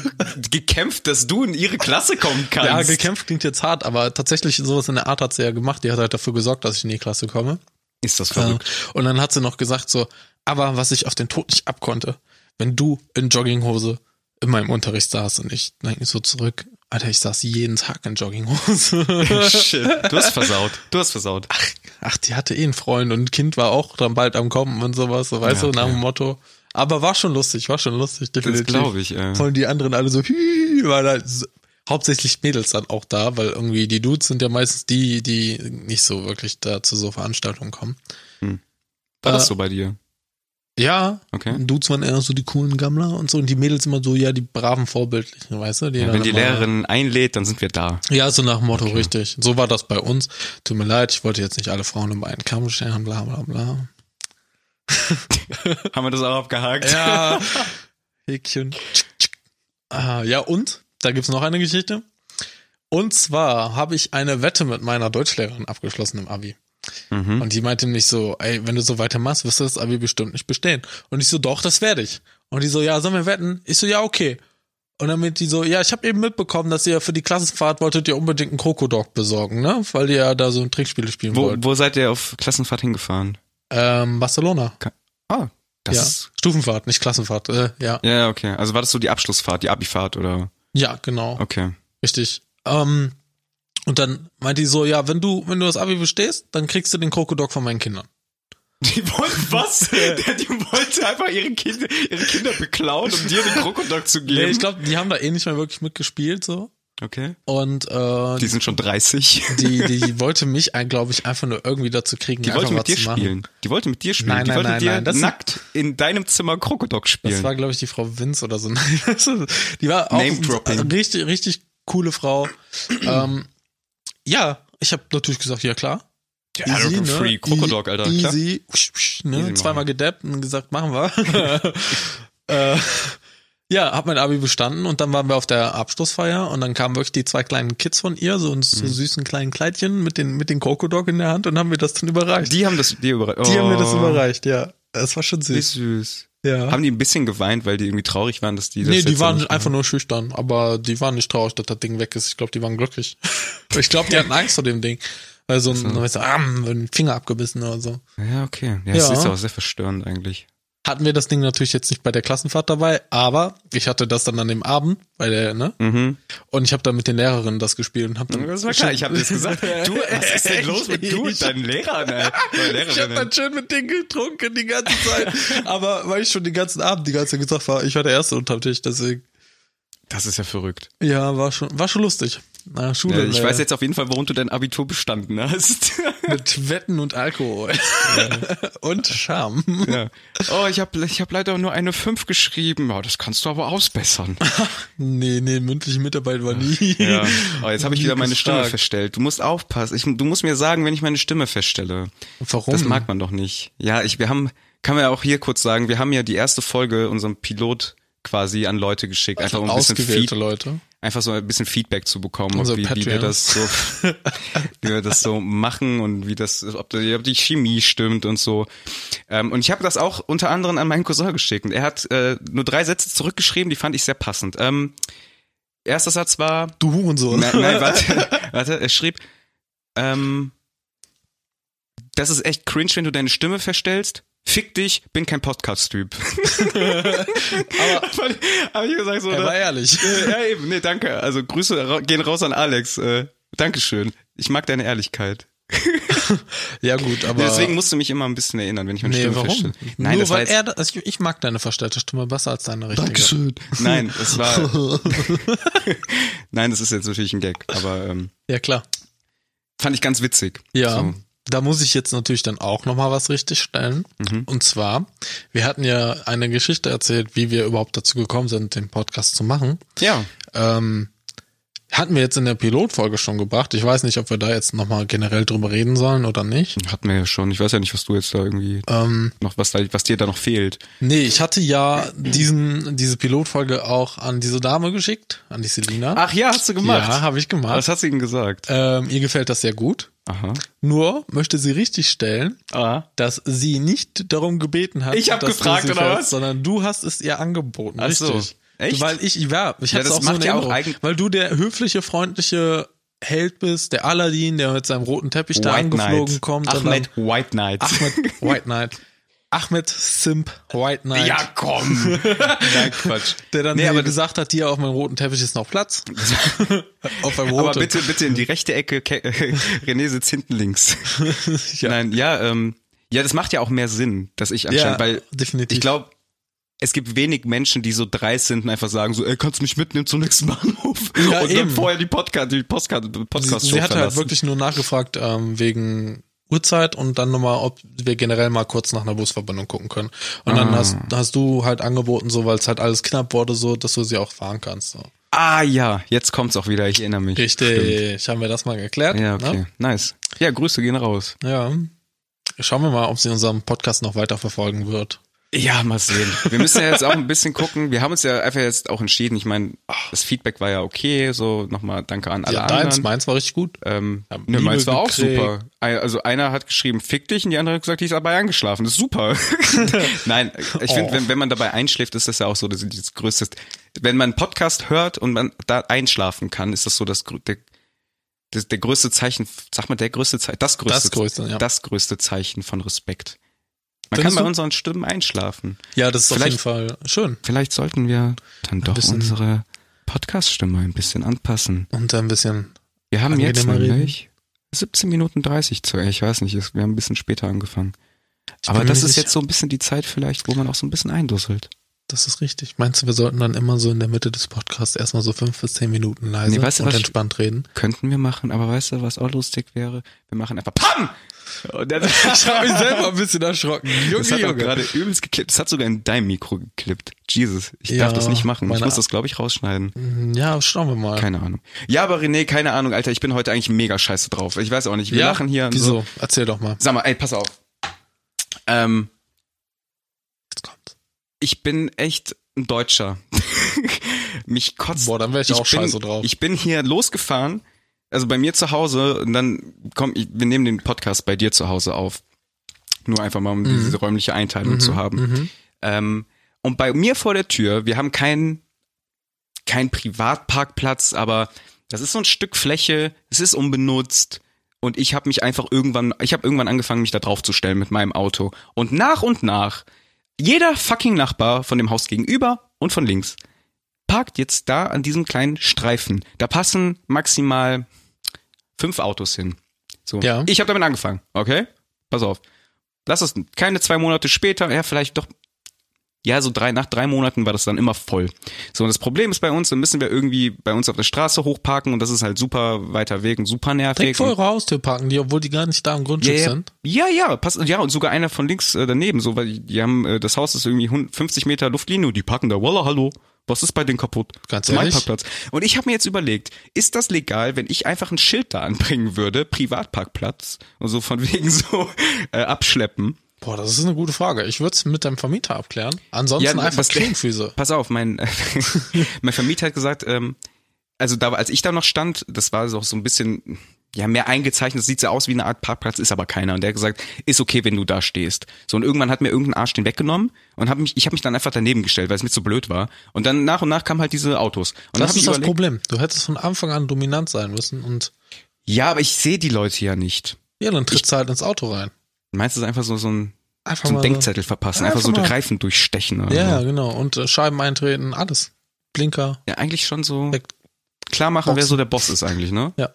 Speaker 2: gekämpft, dass du in ihre Klasse kommen
Speaker 1: Ja,
Speaker 2: kannst.
Speaker 1: gekämpft klingt jetzt hart, aber tatsächlich sowas in der Art hat sie ja gemacht. Die hat halt dafür gesorgt, dass ich in die Klasse komme.
Speaker 2: Ist das
Speaker 1: Äh,
Speaker 2: verrückt?
Speaker 1: und dann hat sie noch gesagt so, aber was ich auf den Tod nicht abkonnte, wenn du in Jogginghose in meinem Unterricht saßt und ich denke so zurück, Alter, ich saß jeden Tag in Jogginghose.
Speaker 2: Shit. Du hast versaut. Du hast versaut.
Speaker 1: Ach, die hatte eh einen Freund und ein Kind war auch dann bald am Kommen und sowas, so weißt
Speaker 2: Ja,
Speaker 1: du, nach
Speaker 2: okay.
Speaker 1: dem Motto. Aber war schon lustig, war schon lustig,
Speaker 2: das
Speaker 1: definitiv.
Speaker 2: glaube ich. Äh.
Speaker 1: Vor allem die anderen alle so, hü, weil da s- hauptsächlich Mädels dann auch da, weil irgendwie die Dudes sind ja meistens die, die nicht so wirklich da zu so Veranstaltungen kommen.
Speaker 2: Hm. War das Hm?
Speaker 1: äh,
Speaker 2: so bei dir?
Speaker 1: Ja,
Speaker 2: Okay.
Speaker 1: Dudes waren eher so die coolen Gammler und so und die Mädels immer so, ja, die braven Vorbildlichen, weißt du? Die
Speaker 2: Ja,
Speaker 1: dann
Speaker 2: wenn die
Speaker 1: immer-
Speaker 2: Lehrerin einlädt, dann sind wir da.
Speaker 1: Ja, so nach dem Motto, richtig. So war das bei uns. Tut mir leid, ich wollte jetzt nicht alle Frauen über einen Kamm scheren, bla bla bla.
Speaker 2: Haben wir das auch abgehakt?
Speaker 1: Ja, Häkchen. Ah, ja, und da gibt's noch eine Geschichte. Und zwar habe ich eine Wette mit meiner Deutschlehrerin abgeschlossen im Abi.
Speaker 2: Mhm.
Speaker 1: Und die meinte nämlich so, ey, wenn du so weitermachst, wirst du das Abi bestimmt nicht bestehen. Und ich so, doch, das werde ich. Und die so, ja, sollen wir wetten? Ich so, ja, okay. Und dann meint die so, ja, ich habe eben mitbekommen, dass ihr für die Klassenfahrt wolltet ihr unbedingt einen Krokodog besorgen, ne? Weil ihr ja da so ein Trickspiel spielen
Speaker 2: Wo,
Speaker 1: wollt.
Speaker 2: wo seid ihr auf Klassenfahrt hingefahren?
Speaker 1: Ähm, Barcelona.
Speaker 2: Ah, das.
Speaker 1: ja. Stufenfahrt, nicht Klassenfahrt. Äh, ja.
Speaker 2: Ja. ja, okay. Also war das so die Abschlussfahrt, die Abifahrt oder?
Speaker 1: Ja, genau.
Speaker 2: Okay.
Speaker 1: Richtig. Ähm, und dann meint die so, ja, wenn du, wenn du das Abi bestehst, dann kriegst du den Krokodok von meinen Kindern.
Speaker 2: Die wollten was? die wollte einfach ihre Kinder, ihre Kinder beklauen, um dir den Krokodok zu
Speaker 1: Nee, ich glaube, die haben da eh nicht mehr wirklich mitgespielt, so.
Speaker 2: Okay.
Speaker 1: Und äh,
Speaker 2: Die sind schon 30.
Speaker 1: die, die wollte mich, glaube ich, einfach nur irgendwie dazu kriegen,
Speaker 2: Die
Speaker 1: einfach
Speaker 2: wollte mit
Speaker 1: was
Speaker 2: dir
Speaker 1: zu machen.
Speaker 2: spielen. Die wollte mit dir spielen.
Speaker 1: Nein,
Speaker 2: die
Speaker 1: nein,
Speaker 2: wollte
Speaker 1: nein,
Speaker 2: dir
Speaker 1: nein, das-
Speaker 2: nackt in deinem Zimmer Krokodok
Speaker 1: Das
Speaker 2: spielen.
Speaker 1: war, glaube ich, die Frau Vince oder so. Nein, das ist- die war auch
Speaker 2: Name-Dropping.
Speaker 1: eine richtig, richtig coole Frau. ähm, ja, ich habe natürlich gesagt, ja klar.
Speaker 2: Ja, free Krokodok, Alter,
Speaker 1: ne? Easy,
Speaker 2: klar.
Speaker 1: wusch, wusch, ne?
Speaker 2: Easy machen.
Speaker 1: zweimal gedappt und gesagt, machen wir. äh, ja, hab mein Abi bestanden und dann waren wir auf der Abschlussfeier und dann kamen wirklich die zwei kleinen Kids von ihr, so in
Speaker 2: Mhm.
Speaker 1: so süßen kleinen Kleidchen mit den, mit den Krokodok in der Hand und haben mir das dann überreicht.
Speaker 2: die haben das dir überreicht.
Speaker 1: Die haben mir das überreicht, ja. Das war schon
Speaker 2: Wie
Speaker 1: süß.
Speaker 2: süß.
Speaker 1: Ja.
Speaker 2: Haben die ein bisschen geweint, weil die irgendwie traurig waren, dass die das
Speaker 1: Nee,
Speaker 2: jetzt
Speaker 1: die waren
Speaker 2: nicht-
Speaker 1: einfach nur schüchtern, aber die waren nicht traurig, dass das Ding weg ist. Ich glaube, die waren glücklich. ich glaube, die hatten Angst vor dem Ding. Also, so. weißt du, ah, den Finger abgebissen oder so.
Speaker 2: Ja, okay. Ja, das
Speaker 1: Ja.
Speaker 2: ist auch sehr verstörend eigentlich.
Speaker 1: Hatten wir das Ding natürlich jetzt nicht bei der Klassenfahrt dabei, aber ich hatte das dann an dem Abend bei der, ne?
Speaker 2: Mhm.
Speaker 1: Und ich habe dann mit den Lehrerinnen das gespielt und habe dann
Speaker 2: ich habe das gesagt. Du, was ist denn los mit du und deinen Lehrern, ey?
Speaker 1: Ich
Speaker 2: Oder
Speaker 1: hab
Speaker 2: Lehrerinnen?
Speaker 1: dann schön mit denen getrunken die ganze Zeit. Aber weil ich schon den ganzen Abend die ganze Zeit gesagt war, ich war der Erste unterm Tisch, deswegen.
Speaker 2: Das ist ja verrückt.
Speaker 1: Ja, war schon, war schon lustig. Na, Schule.
Speaker 2: Ja, ich
Speaker 1: ne?
Speaker 2: weiß jetzt auf jeden Fall, warum du dein Abitur bestanden hast.
Speaker 1: Mit Wetten und Alkohol. und Scham.
Speaker 2: ja. Oh, ich habe ich hab leider nur eine 5 geschrieben. Oh, das kannst du aber ausbessern.
Speaker 1: Nee, nee, mündliche Mitarbeit war nie.
Speaker 2: Ja. Oh, jetzt habe ich
Speaker 1: nie
Speaker 2: wieder meine Stimme
Speaker 1: gefragt.
Speaker 2: verstellt. Du musst aufpassen. Ich, du musst mir sagen, wenn ich meine Stimme verstelle.
Speaker 1: Warum?
Speaker 2: Das mag man doch nicht. Ja, ich, wir haben, kann man ja auch hier kurz sagen, wir haben ja die erste Folge unserem Pilot quasi an Leute geschickt, einfach um ein bisschen, Feed,
Speaker 1: ausgewählte Leute. Also
Speaker 2: einfach so ein bisschen Feedback zu bekommen,
Speaker 1: Unsere
Speaker 2: ob, wie, wie wir
Speaker 1: Patreons.
Speaker 2: das so, wie wir das so machen und wie das, ob die, ob die Chemie stimmt und so. Ähm, und ich habe das auch unter anderem an meinen Cousin geschickt. Und er hat äh, nur drei Sätze zurückgeschrieben, die fand ich sehr passend. Ähm, erster Satz war,
Speaker 1: Du Hurensohn.
Speaker 2: Nein, nein, warte, warte, er schrieb, ähm, das ist echt cringe, wenn du deine Stimme verstellst. Fick dich, bin kein Podcast-Typ.
Speaker 1: Aber
Speaker 2: Hab ich gesagt so,
Speaker 1: er war
Speaker 2: oder?
Speaker 1: ehrlich.
Speaker 2: Ja, eben, nee, danke. Also Grüße ra- gehen raus an Alex. Äh, Dankeschön. Ich mag deine Ehrlichkeit.
Speaker 1: Ja, gut, aber.
Speaker 2: Nee, Deswegen musst du mich immer ein bisschen erinnern, wenn ich meine
Speaker 1: nee,
Speaker 2: Stimme
Speaker 1: warum?
Speaker 2: feststelle. Nein,
Speaker 1: Nur
Speaker 2: das war
Speaker 1: weil
Speaker 2: jetzt,
Speaker 1: er, also ich, ich mag deine verstellte Stimme besser als deine richtige.
Speaker 2: Nein, das war. Nein, das ist jetzt natürlich ein Gag, aber ähm,
Speaker 1: Ja, klar.
Speaker 2: fand ich ganz witzig.
Speaker 1: Ja,
Speaker 2: So.
Speaker 1: da muss ich jetzt natürlich dann auch nochmal was richtigstellen. Und zwar, wir hatten ja eine Geschichte erzählt, wie wir überhaupt dazu gekommen sind, den Podcast zu machen.
Speaker 2: Ja.
Speaker 1: Ähm, hatten wir jetzt in der Pilotfolge schon gebracht. Ich weiß nicht, ob wir da jetzt nochmal generell drüber reden sollen oder nicht.
Speaker 2: Hatten wir ja schon. Ich weiß ja nicht, was du jetzt da irgendwie
Speaker 1: Ähm,
Speaker 2: noch, was da, was dir da noch fehlt.
Speaker 1: nee, ich hatte ja diesen, diese Pilotfolge auch an diese Dame geschickt, an die Selina.
Speaker 2: Ach ja, hast du
Speaker 1: Ja,
Speaker 2: gemacht.
Speaker 1: habe ich
Speaker 2: was
Speaker 1: gemacht.
Speaker 2: hat sie ihm gesagt?
Speaker 1: Ähm, ihr gefällt das sehr gut.
Speaker 2: Aha.
Speaker 1: Nur möchte sie richtigstellen,
Speaker 2: Ah.
Speaker 1: dass sie nicht darum gebeten hat.
Speaker 2: Ich hab
Speaker 1: dass du
Speaker 2: gefragt,
Speaker 1: sie
Speaker 2: oder
Speaker 1: fällst,
Speaker 2: was?
Speaker 1: Sondern du hast es ihr angeboten.
Speaker 2: Ach so.
Speaker 1: Richtig.
Speaker 2: Echt?
Speaker 1: Weil ich, ja, ich
Speaker 2: Ja,
Speaker 1: hab's
Speaker 2: das
Speaker 1: auch so
Speaker 2: macht
Speaker 1: eine
Speaker 2: ja auch
Speaker 1: Erinnerung.
Speaker 2: eigen-
Speaker 1: Weil du der höfliche, freundliche Held bist, der Aladdin, der mit seinem roten Teppich da angeflogen kommt. und dann-
Speaker 2: Ahmed White Knight.
Speaker 1: Ahmed White Knight. Ahmed Simp White Knight.
Speaker 2: Ja, komm. Nein, Quatsch.
Speaker 1: Der dann
Speaker 2: Nee,
Speaker 1: mir
Speaker 2: aber-
Speaker 1: gesagt hat, halt hier auf meinem roten Teppich ist noch Platz. auf meinem roten.
Speaker 2: Aber bitte, bitte in die rechte Ecke. Ke René sitzt hinten links. Nein, ja, ähm, ja, das macht ja auch mehr Sinn, dass ich anscheinend,
Speaker 1: ja,
Speaker 2: weil
Speaker 1: definitiv.
Speaker 2: ich glaube, es gibt wenig Menschen, die so dreist sind und einfach sagen so, ey, kannst du mich mitnehmen zum nächsten Bahnhof?
Speaker 1: Ja,
Speaker 2: und
Speaker 1: eben.
Speaker 2: dann vorher die Podcast, die Podcast,
Speaker 1: sie,
Speaker 2: Podcast
Speaker 1: sie hat halt wirklich nur nachgefragt ähm, wegen Uhrzeit und dann nochmal, ob wir generell mal kurz nach einer Busverbindung gucken können. Und dann hast, hast du halt angeboten, so weil es halt alles knapp wurde, so dass du sie auch fahren kannst. So.
Speaker 2: Ah ja, jetzt kommt's auch wieder, ich erinnere mich.
Speaker 1: Richtig, haben wir das mal geklärt.
Speaker 2: Ja, okay. Nice. Ja, Grüße gehen raus.
Speaker 1: Ne? ja. Schauen wir mal, ob sie unseren Podcast noch weiter verfolgen wird.
Speaker 2: Ja, mal sehen. Wir müssen ja jetzt auch ein bisschen gucken. Wir haben uns ja einfach jetzt auch entschieden. Ich meine, das Feedback war ja okay. So nochmal danke an alle
Speaker 1: Ja, deins,
Speaker 2: anderen.
Speaker 1: meins war richtig gut.
Speaker 2: Ähm,
Speaker 1: Haben
Speaker 2: ne,
Speaker 1: Liebe
Speaker 2: meins war auch
Speaker 1: gekriegt.
Speaker 2: super. Ein- Also einer hat geschrieben, fick dich, und die andere hat gesagt, die ist dabei angeschlafen. Das ist super. Nein, ich finde,
Speaker 1: Oh.
Speaker 2: wenn, wenn man dabei einschläft, ist das ja auch so das, das Größte. Wenn man einen Podcast hört und man da einschlafen kann, ist das so das, grö- der, das der größte Zeichen, sag mal, der größte Zeichen, das größte,
Speaker 1: Das größte, ja.
Speaker 2: das größte Zeichen von Respekt. Man
Speaker 1: Findest
Speaker 2: kann bei
Speaker 1: du?
Speaker 2: unseren Stimmen einschlafen.
Speaker 1: Ja, das ist auf jeden
Speaker 2: Vielleicht-
Speaker 1: Fall schön.
Speaker 2: Vielleicht sollten wir dann doch
Speaker 1: bisschen-
Speaker 2: unsere Podcast-Stimme ein bisschen anpassen.
Speaker 1: Und ein bisschen.
Speaker 2: Wir haben jetzt
Speaker 1: Angenehmer reden.
Speaker 2: nämlich 17 Minuten 30 zu, ich weiß nicht, ist- wir haben ein bisschen später angefangen.
Speaker 1: ich
Speaker 2: Aber
Speaker 1: bin mir
Speaker 2: das
Speaker 1: nicht
Speaker 2: ist
Speaker 1: sicher.
Speaker 2: jetzt so ein bisschen die Zeit vielleicht, wo man auch so ein bisschen eindusselt.
Speaker 1: Das ist richtig. Meinst du, wir sollten dann immer so in der Mitte des Podcasts erstmal so fünf bis zehn Minuten leise
Speaker 2: Nee, weißt du,
Speaker 1: und
Speaker 2: was-
Speaker 1: entspannt reden?
Speaker 2: Könnten wir machen, aber weißt du, was auch lustig wäre? Wir machen einfach PAM! Und dann,
Speaker 1: Ich habe mich selber ein bisschen erschrocken. Junge,
Speaker 2: das hat auch
Speaker 1: Junge.
Speaker 2: gerade übelst geklippt. Das hat sogar in deinem Mikro geklippt. Jesus, ich
Speaker 1: Ja,
Speaker 2: darf das nicht machen. Ich
Speaker 1: meine-
Speaker 2: muss das, glaube ich, rausschneiden.
Speaker 1: ja, schauen wir mal.
Speaker 2: Keine Ahnung. Ja, aber René, keine Ahnung, Alter, ich bin heute eigentlich mega scheiße drauf. Ich weiß auch nicht, wir
Speaker 1: ja?
Speaker 2: lachen hier. und So.
Speaker 1: Wieso? Erzähl doch mal.
Speaker 2: Sag mal, ey, pass auf. Ähm,
Speaker 1: Jetzt kommt's.
Speaker 2: ich bin echt ein Deutscher. Mich kotzt.
Speaker 1: Boah, dann wär ich auch
Speaker 2: bin,
Speaker 1: scheiße drauf.
Speaker 2: Ich bin hier losgefahren, also bei mir zu Hause, und dann komm, ich, wir nehmen den Podcast bei dir zu Hause auf. Nur einfach mal, um
Speaker 1: Mhm.
Speaker 2: diese räumliche Einteilung zu haben. Ähm, und bei mir vor der Tür, wir haben keinen kein Privatparkplatz, aber das ist so ein Stück Fläche, es ist unbenutzt und ich habe mich einfach irgendwann, ich habe irgendwann angefangen, mich da drauf zu stellen mit meinem Auto. Und nach und nach, jeder fucking Nachbar von dem Haus gegenüber und von links parkt jetzt da an diesem kleinen Streifen. Da passen maximal fünf Autos hin. So.
Speaker 1: Ja.
Speaker 2: Ich habe damit angefangen, okay? Pass auf. Lass es keine zwei Monate später, ja, vielleicht doch ja, so drei, nach drei Monaten war das dann immer voll. So, und das Problem ist bei uns, dann müssen wir irgendwie bei uns auf der Straße hochparken und das ist halt super weiter Weg und super nervig.
Speaker 1: Direkt vor
Speaker 2: Und,
Speaker 1: eurer Haustür parken die, obwohl die gar nicht da im Grundstück
Speaker 2: ja,
Speaker 1: sind.
Speaker 2: ja, ja, passt, ja, und sogar einer von links äh, daneben, so, weil die- die haben, äh, das Haus ist irgendwie 100 50 Meter Luftlinie und die parken da, Walla, hallo, was ist bei denen kaputt?
Speaker 1: Ganz
Speaker 2: Das ist mein
Speaker 1: ehrlich?
Speaker 2: Parkplatz. Und ich habe mir jetzt überlegt, ist das legal, wenn ich einfach ein Schild da anbringen würde, Privatparkplatz, und so von wegen so äh, abschleppen?
Speaker 1: Boah, das ist eine gute Frage. Ich würde es mit deinem Vermieter abklären. Ansonsten
Speaker 2: Ja,
Speaker 1: einfach
Speaker 2: was-
Speaker 1: Krähenfüße.
Speaker 2: Pass auf, mein, mein Vermieter hat gesagt, ähm, also da, als ich da noch stand, das war so, so ein bisschen, ja, mehr eingezeichnet, das sieht so aus wie eine Art Parkplatz, ist aber keiner. Und der hat gesagt, ist okay, wenn du da stehst. So, und irgendwann hat mir irgendein Arsch den weggenommen und hab mich, ich habe mich dann einfach daneben gestellt, weil es mir zu blöd war. Und dann nach und nach kamen halt diese Autos. Und dann
Speaker 1: Das
Speaker 2: hab ich
Speaker 1: ist das
Speaker 2: überlegt,
Speaker 1: Problem. Du hättest von Anfang an dominant sein müssen und
Speaker 2: ja, aber ich sehe die Leute ja nicht.
Speaker 1: ja, dann trittst du halt ins Auto rein.
Speaker 2: Meinst du, es ist einfach so, so ein,
Speaker 1: Einfach
Speaker 2: so ein
Speaker 1: mal-
Speaker 2: Denkzettel verpassen, einfach,
Speaker 1: Einfach
Speaker 2: so
Speaker 1: mal-
Speaker 2: Reifen durchstechen oder
Speaker 1: Ja,
Speaker 2: so.
Speaker 1: genau. Und äh, Scheiben eintreten, alles. Blinker.
Speaker 2: Ja, eigentlich schon so
Speaker 1: Weg.
Speaker 2: klar machen, wer
Speaker 1: Boxen.
Speaker 2: so der Boss ist eigentlich, ne?
Speaker 1: Ja.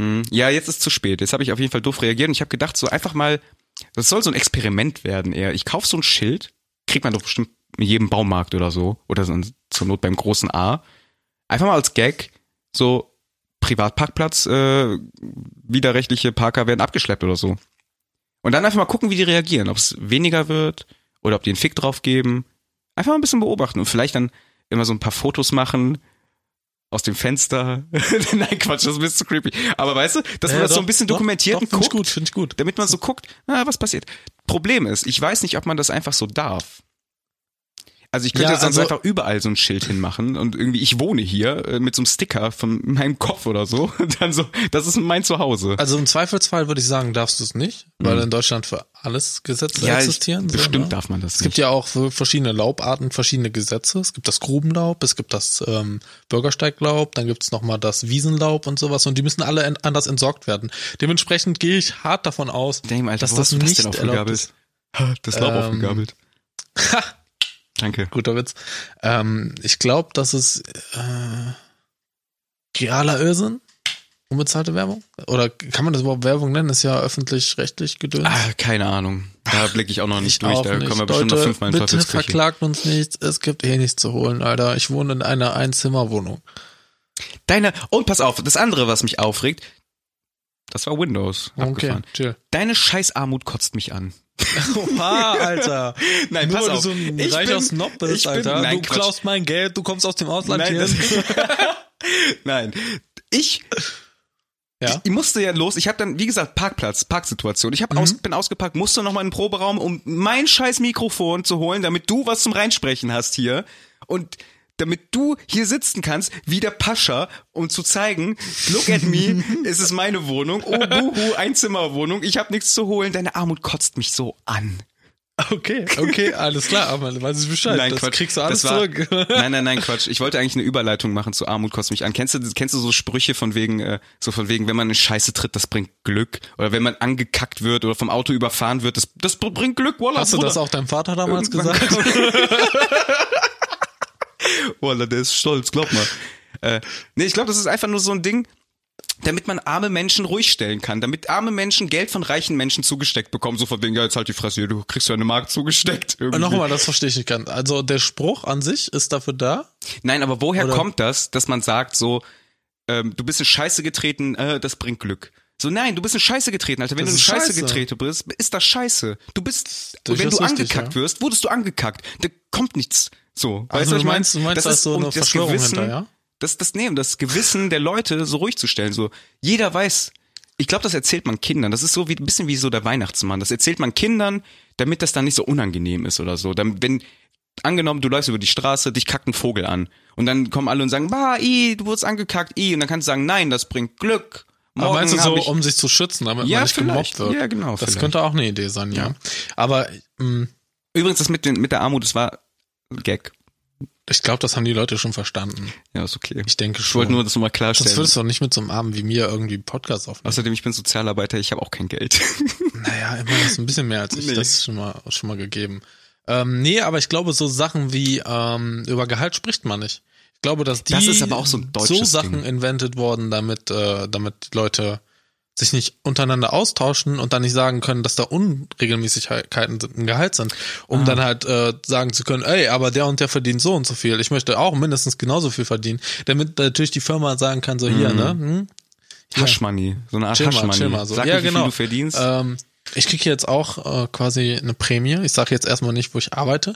Speaker 2: Hm, Ja, jetzt ist zu spät. Jetzt habe ich auf jeden Fall doof reagiert und ich habe gedacht, so einfach mal, das soll so ein Experiment werden eher. Ich kaufe so ein Schild, kriegt man doch bestimmt in jedem Baumarkt oder so, oder so, zur Not beim großen A. Einfach mal als Gag, so Privatparkplatz, äh, widerrechtliche Parker werden abgeschleppt oder so. Und dann einfach mal gucken, wie die reagieren, ob es weniger wird oder ob die einen Fick drauf geben. Einfach mal ein bisschen beobachten und vielleicht dann immer so ein paar Fotos machen aus dem Fenster. Nein, Quatsch, das ist ein bisschen zu creepy. Aber weißt du, dass man das so ein bisschen dokumentiert
Speaker 1: Doch,
Speaker 2: und
Speaker 1: doch, finde
Speaker 2: guckt,
Speaker 1: ich gut, finde ich gut.
Speaker 2: damit man so guckt, na, was passiert. Problem ist, ich weiß nicht, ob man das einfach so darf. Also ich könnte
Speaker 1: Ja,
Speaker 2: jetzt sonst
Speaker 1: also-
Speaker 2: einfach überall so ein Schild hinmachen und irgendwie ich wohne hier äh, mit so einem Sticker von meinem Kopf oder so und dann so, das ist mein Zuhause.
Speaker 1: Also im Zweifelsfall würde ich sagen, darfst du es nicht, weil in Deutschland für alles Gesetze
Speaker 2: ich-
Speaker 1: existieren. so,
Speaker 2: bestimmt
Speaker 1: ne?
Speaker 2: darf man das
Speaker 1: Es gibt
Speaker 2: nicht.
Speaker 1: ja auch für verschiedene Laubarten verschiedene Gesetze. Es gibt das Grubenlaub, es gibt das ähm, Bürgersteiglaub, dann gibt's noch nochmal das Wiesenlaub und sowas und die müssen alle en anders entsorgt werden. Dementsprechend gehe ich hart davon aus,
Speaker 2: Ich denke mal, Alter,
Speaker 1: dass
Speaker 2: wo
Speaker 1: das
Speaker 2: hast du das
Speaker 1: nicht
Speaker 2: denn
Speaker 1: erlaubt
Speaker 2: aufgegabelt?
Speaker 1: ist.
Speaker 2: Ha, Das Laub
Speaker 1: Ähm,
Speaker 2: aufgegabelt.
Speaker 1: Ha,
Speaker 2: Danke.
Speaker 1: guter Witz. Ähm, ich glaube, das ist äh, realer Irrsinn. Unbezahlte Werbung? Oder kann man das überhaupt Werbung nennen? Ist ja öffentlich-rechtlich gedöns.
Speaker 2: Ah, keine Ahnung. Da blicke ich auch noch nicht durch.
Speaker 1: Auch
Speaker 2: Da
Speaker 1: nicht.
Speaker 2: kommen wir bestimmt noch
Speaker 1: Leute,
Speaker 2: fünfmal in
Speaker 1: Bitte
Speaker 2: Teufelsküche.
Speaker 1: verklagt uns nicht. Es gibt eh nichts zu holen, Alter. Ich wohne in einer Einzimmerwohnung.
Speaker 2: Deine, und pass auf, das andere, was mich aufregt, das war Windows.
Speaker 1: Okay,
Speaker 2: Abgefahren.
Speaker 1: chill.
Speaker 2: Deine Scheißarmut kotzt mich an.
Speaker 1: Oha, Alter.
Speaker 2: Nein,
Speaker 1: Nur
Speaker 2: pass
Speaker 1: weil
Speaker 2: auf.
Speaker 1: du so ein
Speaker 2: Ich
Speaker 1: reicher
Speaker 2: bin-
Speaker 1: Snob
Speaker 2: ich
Speaker 1: bist,
Speaker 2: bin-
Speaker 1: Alter.
Speaker 2: nein,
Speaker 1: du
Speaker 2: Quatsch.
Speaker 1: klaust mein Geld, du kommst aus dem Ausland
Speaker 2: Nein,
Speaker 1: hier.
Speaker 2: das, nein. Ich,
Speaker 1: Ja. Mhm.
Speaker 2: ich musste ja los. Ich habe dann, wie gesagt, Parkplatz, Parksituation. Ich hab aus, bin ausgeparkt, musste nochmal in den Proberaum, um mein scheiß Mikrofon zu holen, damit du was zum Reinsprechen hast hier. Und damit du hier sitzen kannst, wie der Pascha, um zu zeigen, look at me, es ist meine Wohnung, oh buhu, Einzimmerwohnung, ich habe nichts zu holen, deine Armut kotzt mich so an.
Speaker 1: Okay, okay, alles klar, aber dann weiß ich Bescheid. das kriegst du alles
Speaker 2: Das war-
Speaker 1: zurück.
Speaker 2: Nein, nein, nein, Quatsch. Ich wollte eigentlich eine Überleitung machen zu Armut kostet mich an. Kennst du, kennst du so Sprüche von wegen, äh, so von wegen, wenn man in Scheiße tritt, das bringt Glück? Oder wenn man angekackt wird oder vom Auto überfahren wird, das, das bringt Glück, Wallah,
Speaker 1: Hast du das auch deinem Vater damals gesagt?
Speaker 2: Wallah, der ist stolz, glaub mal. Äh, nee, ich glaube, das ist einfach nur so ein Ding, damit man arme Menschen ruhig stellen kann, damit arme Menschen Geld von reichen Menschen zugesteckt bekommen, so von wegen, ja, jetzt halt die Fresse, hier, du kriegst ja eine Mark zugesteckt.
Speaker 1: Und
Speaker 2: irgendwie.
Speaker 1: Nochmal, das verstehe ich nicht ganz. Also der Spruch an sich ist dafür da.
Speaker 2: Nein, aber woher
Speaker 1: Oder-
Speaker 2: kommt das, dass man sagt so, ähm, du bist in Scheiße getreten, äh, das bringt Glück. So, nein, du bist in Scheiße getreten, Alter. Wenn
Speaker 1: Das
Speaker 2: du in
Speaker 1: ist
Speaker 2: Scheiße,
Speaker 1: Scheiße.
Speaker 2: getreten bist, ist das Scheiße. Du bist,
Speaker 1: Das ist
Speaker 2: wenn du
Speaker 1: richtig,
Speaker 2: angekackt
Speaker 1: ja.
Speaker 2: wirst, wurdest du angekackt. Da kommt nichts. So,
Speaker 1: Also
Speaker 2: was
Speaker 1: du meinst-
Speaker 2: meine?
Speaker 1: du meinst, da ist so
Speaker 2: um
Speaker 1: eine Verschwörung
Speaker 2: Gewissen,
Speaker 1: hinter, ja?
Speaker 2: Das, das nehmen, das Gewissen der Leute so ruhig zu stellen. So, jeder weiß. Ich glaube, das erzählt man Kindern. Das ist so wie ein bisschen wie so der Weihnachtsmann. Das erzählt man Kindern, damit das dann nicht so unangenehm ist oder so. Dann, wenn angenommen, du läufst über die Straße, dich kackt ein Vogel an. Und dann kommen alle und sagen, bah, i, du wurdest angekackt, i. Und dann kannst du sagen, nein, das bringt Glück.
Speaker 1: Aber
Speaker 2: Morgen
Speaker 1: meinst du
Speaker 2: hab
Speaker 1: so,
Speaker 2: ich-
Speaker 1: um sich zu schützen, damit
Speaker 2: Ja,
Speaker 1: man nicht
Speaker 2: vielleicht.
Speaker 1: gemobbt wird?
Speaker 2: Ja, genau,
Speaker 1: Das
Speaker 2: vielleicht.
Speaker 1: könnte auch eine Idee sein, ja. Aber hm, mh,
Speaker 2: Übrigens, das mit, den, mit der Armut, das war Gag.
Speaker 1: ich glaube, das haben die Leute schon verstanden.
Speaker 2: Ja, ist okay.
Speaker 1: Ich denke
Speaker 2: Ich
Speaker 1: schon.
Speaker 2: wollte nur das nochmal
Speaker 1: Sonst
Speaker 2: klarstellen.
Speaker 1: würdest du doch nicht mit so einem Armen wie mir irgendwie einen Podcast aufnehmen.
Speaker 2: Außerdem, ich bin Sozialarbeiter, ich habe auch kein Geld.
Speaker 1: Naja, immer ist ein bisschen mehr als ich.
Speaker 2: Nee.
Speaker 1: Das ist schon mal, schon mal gegeben. Ähm, nee, aber ich glaube, so Sachen wie ähm, über Gehalt spricht man nicht. Ich glaube, dass die
Speaker 2: Das ist aber auch so ein deutsches
Speaker 1: so Sachen
Speaker 2: Ding.
Speaker 1: invented worden, damit, äh, damit die Leute sich nicht untereinander austauschen und dann nicht sagen können, dass da Unregelmäßigkeiten sind, im Gehalt sind, um
Speaker 2: Ah.
Speaker 1: dann halt äh, sagen zu können, ey, aber der und der verdient so und so viel. Ich möchte auch mindestens genauso viel verdienen, damit natürlich die Firma sagen kann, so
Speaker 2: Mhm.
Speaker 1: hier, ne? Hm,
Speaker 2: Haschmoney. So eine Art
Speaker 1: Chill mal,
Speaker 2: Haschmoney.
Speaker 1: chill mal. So.
Speaker 2: Sag
Speaker 1: ja,
Speaker 2: mir, wie
Speaker 1: genau.
Speaker 2: viel du verdienst.
Speaker 1: Ähm, ich kriege jetzt auch äh, quasi eine Prämie. Ich sage jetzt erstmal nicht, wo ich arbeite.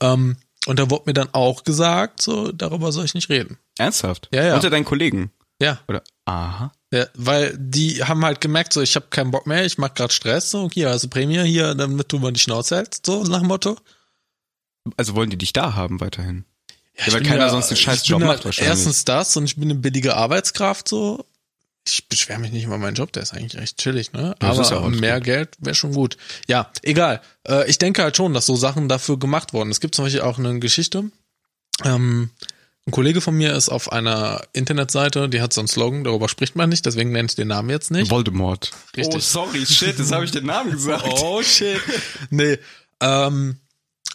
Speaker 1: Ähm, und da wurde mir dann auch gesagt, so darüber soll ich nicht reden.
Speaker 2: Ernsthaft?
Speaker 1: ja, ja.
Speaker 2: Unter deinen Kollegen?
Speaker 1: Ja,
Speaker 2: Oder? Aha.
Speaker 1: ja weil die haben halt gemerkt, so ich habe keinen Bock mehr, ich mache gerade Stress. So hier, also Prämie hier, damit du mal die Schnauze hältst, so nach dem Motto.
Speaker 2: Also wollen die dich da haben weiterhin? Ja,
Speaker 1: Ich
Speaker 2: weil
Speaker 1: bin
Speaker 2: keiner
Speaker 1: ja-
Speaker 2: sonst den
Speaker 1: ich
Speaker 2: scheiß
Speaker 1: bin
Speaker 2: Job
Speaker 1: halt
Speaker 2: macht wahrscheinlich.
Speaker 1: Erstens das und ich bin eine billige Arbeitskraft so. Ich beschwere mich nicht über meinen Job, der ist eigentlich recht chillig, ne?
Speaker 2: das
Speaker 1: Aber
Speaker 2: ist ja auch alles
Speaker 1: mehr
Speaker 2: gut.
Speaker 1: Geld wäre schon gut. Ja, egal. Äh, ich denke halt schon, dass so Sachen dafür gemacht wurden. Es gibt zum Beispiel auch eine Geschichte. Ähm, ein Kollege von mir ist auf einer Internetseite, die hat so einen Slogan, darüber spricht man nicht, deswegen nenne ich den Namen jetzt nicht.
Speaker 2: Voldemort.
Speaker 1: Richtig.
Speaker 2: Oh, sorry, shit, jetzt habe ich den Namen gesagt.
Speaker 1: Oh shit. Nee. Ähm,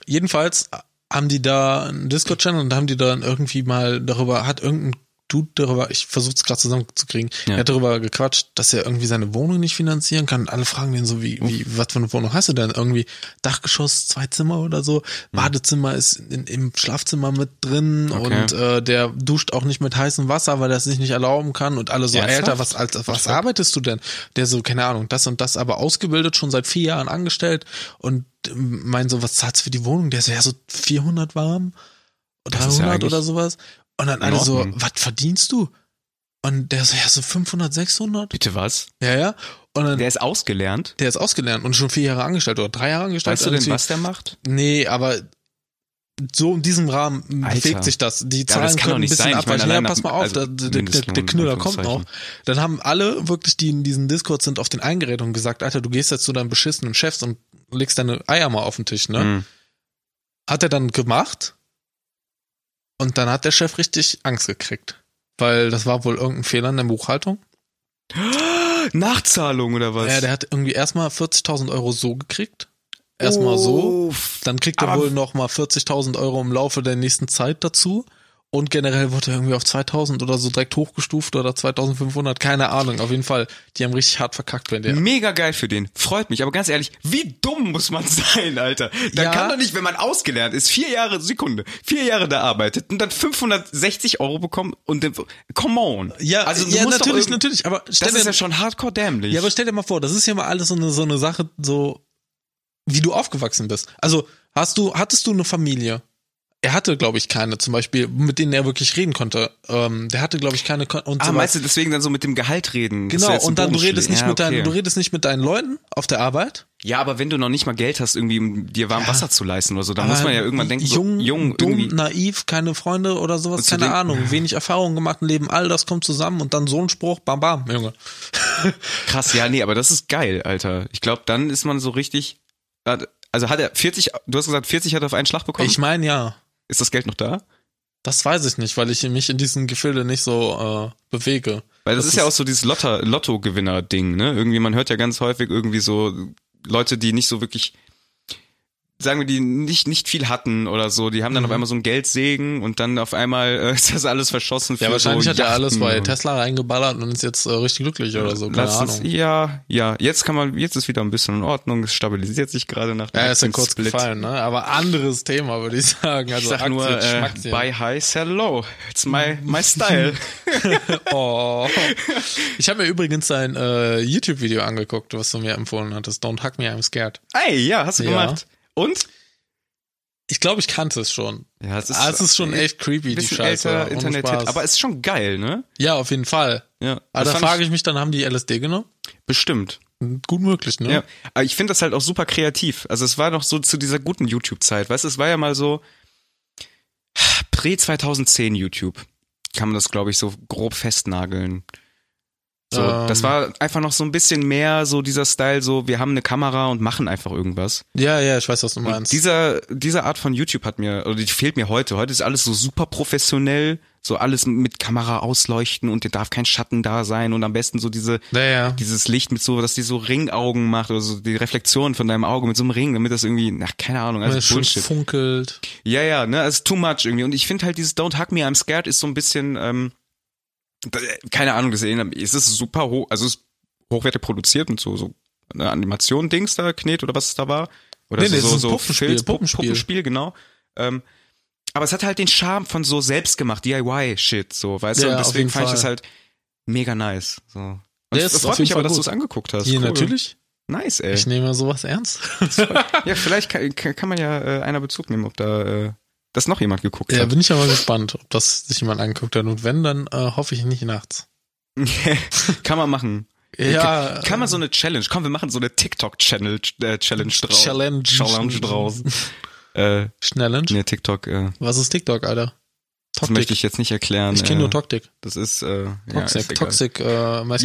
Speaker 1: jedenfalls haben die da einen Discord-Channel und haben die dann irgendwie mal darüber, hat irgendein Dude darüber, ich versuche es gerade zusammenzukriegen,
Speaker 2: Ja.
Speaker 1: er hat darüber gequatscht, dass er irgendwie seine Wohnung nicht finanzieren kann. Und alle fragen den so, wie, wie, was für eine Wohnung hast du denn? Irgendwie Dachgeschoss, zwei Zimmer oder
Speaker 2: Hm.
Speaker 1: so, Badezimmer ist in, im Schlafzimmer mit drin
Speaker 2: Okay.
Speaker 1: und äh, der duscht auch nicht mit heißem Wasser, weil er es sich nicht erlauben kann. Und alle so,
Speaker 2: Ernsthaft?
Speaker 1: Alter, was, als, was arbeitest du denn? Der so, keine Ahnung, das und das, aber ausgebildet, schon seit vier Jahren angestellt und ähm, mein so, was zahlst du für die Wohnung? Der so, ja, so 400 warm oder
Speaker 2: Das ist ja
Speaker 1: 300
Speaker 2: eigentlich
Speaker 1: oder sowas. Und dann
Speaker 2: in
Speaker 1: alle so,
Speaker 2: Ordnung.
Speaker 1: was verdienst du? Und der so, ja, so 500, 600?
Speaker 2: Bitte was?
Speaker 1: Ja, ja. Und dann,
Speaker 2: Der
Speaker 1: der,
Speaker 2: ist ausgelernt.
Speaker 1: ist ausgelernt und schon vier Jahre angestellt oder drei Jahre angestellt.
Speaker 2: Weißt du denn,
Speaker 1: irgendwie.
Speaker 2: was der macht?
Speaker 1: Nee, aber so in diesem Rahmen
Speaker 2: Alter.
Speaker 1: bewegt sich das. Die Zahlen
Speaker 2: das kann doch
Speaker 1: können ein
Speaker 2: nicht
Speaker 1: bisschen
Speaker 2: sein. Ich meine,
Speaker 1: abweichen. Ja,
Speaker 2: allein
Speaker 1: pass
Speaker 2: nach-
Speaker 1: mal auf,
Speaker 2: also
Speaker 1: da- der, der,
Speaker 2: Mindestlohn,
Speaker 1: der Knüller
Speaker 2: in
Speaker 1: kommt noch. ne?
Speaker 2: Anführungszeichen.
Speaker 1: Dann haben alle wirklich, die in diesem Discord sind, auf den eingeredet und gesagt, Alter, du gehst jetzt zu deinem beschissenen Chefs und legst deine Eier mal auf den Tisch, ne?
Speaker 2: Mhm.
Speaker 1: Hat er dann gemacht. Und dann hat der Chef richtig Angst gekriegt. Weil das war wohl irgendein Fehler in der Buchhaltung.
Speaker 2: Hm. Nachzahlung oder was?
Speaker 1: Ja, der hat irgendwie erstmal 40.000 Euro so gekriegt. Erstmal so.
Speaker 2: Uff.
Speaker 1: Dann kriegt er
Speaker 2: Oh. Aber-
Speaker 1: wohl noch mal 40.000 Euro im Laufe der nächsten Zeit dazu. Und generell wurde er irgendwie auf 2000 oder so direkt hochgestuft oder 2500, keine Ahnung. Auf jeden Fall, die haben richtig hart verkackt, wenn der.
Speaker 2: Mega geil für den. Freut mich. Aber ganz ehrlich, wie dumm muss man sein, Alter? Da
Speaker 1: Ja.
Speaker 2: kann doch nicht, wenn man ausgelernt ist, vier Jahre, Sekunde, vier Jahre da arbeitet und dann 560 Euro bekommen und dann, come on. Also, du
Speaker 1: ja,
Speaker 2: musst
Speaker 1: natürlich,
Speaker 2: doch irgend-
Speaker 1: natürlich. Aber stell
Speaker 2: Das ist
Speaker 1: dir,
Speaker 2: ja schon hardcore dämlich.
Speaker 1: ja, aber stell dir mal vor, das ist ja mal alles so eine, so eine Sache, so wie du aufgewachsen bist. Also hast du, hattest du eine Familie? Er hatte, glaube ich, keine, zum Beispiel, mit denen er wirklich reden konnte. Ähm, der hatte, glaube ich, keine Kon- und
Speaker 2: ah,
Speaker 1: so weiter.
Speaker 2: meinst du deswegen dann so mit dem Gehalt reden? dass
Speaker 1: Genau,
Speaker 2: jetzt
Speaker 1: und
Speaker 2: einen
Speaker 1: dann du
Speaker 2: Bonus
Speaker 1: redest nicht
Speaker 2: kriegst?
Speaker 1: mit
Speaker 2: ja,
Speaker 1: deinen, du
Speaker 2: okay.
Speaker 1: redest nicht mit deinen Leuten auf der Arbeit.
Speaker 2: Ja, aber wenn du noch nicht mal Geld hast, irgendwie um dir warm Wasser zu leisten oder so, dann muss man ja irgendwann denken,
Speaker 1: jung,
Speaker 2: so, jung,
Speaker 1: dumm,
Speaker 2: irgendwie.
Speaker 1: naiv, keine Freunde oder sowas,
Speaker 2: zu
Speaker 1: keine
Speaker 2: den-
Speaker 1: Ahnung, wenig Erfahrung gemacht im Leben, all das kommt zusammen und dann so ein Spruch, bam, bam, Junge.
Speaker 2: Krass, ja, nee, aber das ist geil, Alter. Ich glaube, dann ist man so richtig. Also hat er 40, du hast gesagt, 40 hat er auf einen Schlag bekommen.
Speaker 1: Ich meine ja,
Speaker 2: ist das Geld noch da?
Speaker 1: das weiß ich nicht, weil ich mich in diesen Gefilde nicht so äh, bewege.
Speaker 2: Weil das,
Speaker 1: Das
Speaker 2: ist ja
Speaker 1: ist-
Speaker 2: auch so dieses Lotter- Lotto-Gewinner-Ding, ne? Irgendwie, man hört ja ganz häufig irgendwie so Leute, die nicht so wirklich, sagen wir, die nicht, nicht viel hatten oder so, die haben dann auf
Speaker 1: Mhm.
Speaker 2: einmal so einen Geldsegen und dann auf einmal äh, ist das alles verschossen für
Speaker 1: Ja, wahrscheinlich
Speaker 2: so
Speaker 1: hat er alles
Speaker 2: Yachten
Speaker 1: bei
Speaker 2: und-
Speaker 1: Tesla reingeballert und ist jetzt äh, richtig glücklich oder so, keine
Speaker 2: Lass uns,
Speaker 1: Ahnung.
Speaker 2: ja, ja, jetzt kann man, jetzt ist wieder ein bisschen in Ordnung, es stabilisiert sich gerade nach dem
Speaker 1: Ja, ist dann kurz
Speaker 2: Aktiensplit.
Speaker 1: gefallen, ne? Aber anderes Thema, würde ich sagen. Also
Speaker 2: Ich sag nur,
Speaker 1: Aktien,
Speaker 2: äh,
Speaker 1: Schmackchen.
Speaker 2: buy high, sell low. It's my, my style.
Speaker 1: Oh. Ich habe mir übrigens dein äh, YouTube-Video angeguckt, was du mir empfohlen hattest. Don't Hug Me, I'm Scared.
Speaker 2: Ey, ja, hast du
Speaker 1: Ja.
Speaker 2: gemacht. Und?
Speaker 1: Ich glaube, ich kannte es schon.
Speaker 2: Ja, es äh,
Speaker 1: ah, es ist schon echt creepy, die
Speaker 2: bisschen
Speaker 1: Scheiße.
Speaker 2: älter
Speaker 1: Ohne
Speaker 2: Internet-Hit,
Speaker 1: Spaß.
Speaker 2: aber es ist schon geil, ne? Ah,
Speaker 1: ja, auf jeden Fall.
Speaker 2: Ja.
Speaker 1: Aber
Speaker 2: das
Speaker 1: da
Speaker 2: fand
Speaker 1: frage ich mich dann, haben die LSD genommen?
Speaker 2: Bestimmt.
Speaker 1: Gut möglich, ne?
Speaker 2: Ja. Aber ich finde das halt auch super kreativ. Also es war noch so zu dieser guten YouTube-Zeit, weißt du, es war ja mal so Prä-2010 YouTube. Kann man das, glaube ich, so grob festnageln. So,
Speaker 1: Ähm.
Speaker 2: das war einfach noch so ein bisschen mehr so dieser Style, so wir haben eine Kamera und machen einfach irgendwas.
Speaker 1: Ja, ja, ich weiß, was du
Speaker 2: Und
Speaker 1: meinst.
Speaker 2: Dieser, diese Art von YouTube hat mir, oder die fehlt mir heute. Heute ist alles so super professionell, so alles mit Kamera ausleuchten und dir darf kein Schatten da sein und am besten so diese,
Speaker 1: Naja.
Speaker 2: dieses Licht mit so, dass die so Ringaugen macht oder so die Reflexion von deinem Auge mit so einem Ring, damit das irgendwie, nach keine Ahnung,
Speaker 1: Wenn
Speaker 2: also
Speaker 1: es schön
Speaker 2: Bullshit.
Speaker 1: funkelt.
Speaker 2: Ja, ja, ne, also too much irgendwie. Und ich finde halt dieses Don't Hug Me, I'm Scared ist so ein bisschen, ähm, da- keine Ahnung, das erinnert mich, es ist super hoch, also es ist hochwertig produziert und so, so eine Animation, Dings da, Knet oder was es da war. Oder
Speaker 1: Nee,
Speaker 2: so,
Speaker 1: nee, es
Speaker 2: so,
Speaker 1: ist ein
Speaker 2: so
Speaker 1: Puppenspiel,
Speaker 2: Filz, Puppen-
Speaker 1: Puppenspiel.
Speaker 2: Puppenspiel, genau. Ähm, aber es hat halt den Charme von so selbstgemacht, DIY-Shit, so, weißt du,
Speaker 1: Ja,
Speaker 2: und
Speaker 1: auf jeden
Speaker 2: deswegen fand ich
Speaker 1: Fall.
Speaker 2: das halt mega nice, so. Und
Speaker 1: Der
Speaker 2: es
Speaker 1: ist auf
Speaker 2: freut
Speaker 1: jeden
Speaker 2: mich aber,
Speaker 1: Fall
Speaker 2: dass du
Speaker 1: gut.
Speaker 2: es angeguckt hast.
Speaker 1: Hier
Speaker 2: Cool.
Speaker 1: natürlich.
Speaker 2: Nice, ey.
Speaker 1: Ich nehme sowas ernst.
Speaker 2: Ja, vielleicht kann, kann kann man ja äh, einer Bezug nehmen, ob da äh, das noch jemand geguckt
Speaker 1: ja,
Speaker 2: hat.
Speaker 1: bin ich aber gespannt, ob das sich jemand angeguckt hat. Und wenn, dann äh, hoffe ich nicht nachts.
Speaker 2: kann man machen.
Speaker 1: Ja,
Speaker 2: Kann, kann man so eine Challenge. Komm, wir machen so eine TikTok-Challenge äh, Challenge draus.
Speaker 1: Challenge.
Speaker 2: Challenge draus. äh,
Speaker 1: Challenge?
Speaker 2: nee, TikTok, äh,
Speaker 1: Was ist TikTok, Alter?
Speaker 2: das
Speaker 1: Toktik.
Speaker 2: möchte ich jetzt nicht erklären.
Speaker 1: Ich kenne nur
Speaker 2: äh,
Speaker 1: Toktik.
Speaker 2: Das ist, äh, ja,
Speaker 1: Toxic,
Speaker 2: ist egal.
Speaker 1: Toxic äh,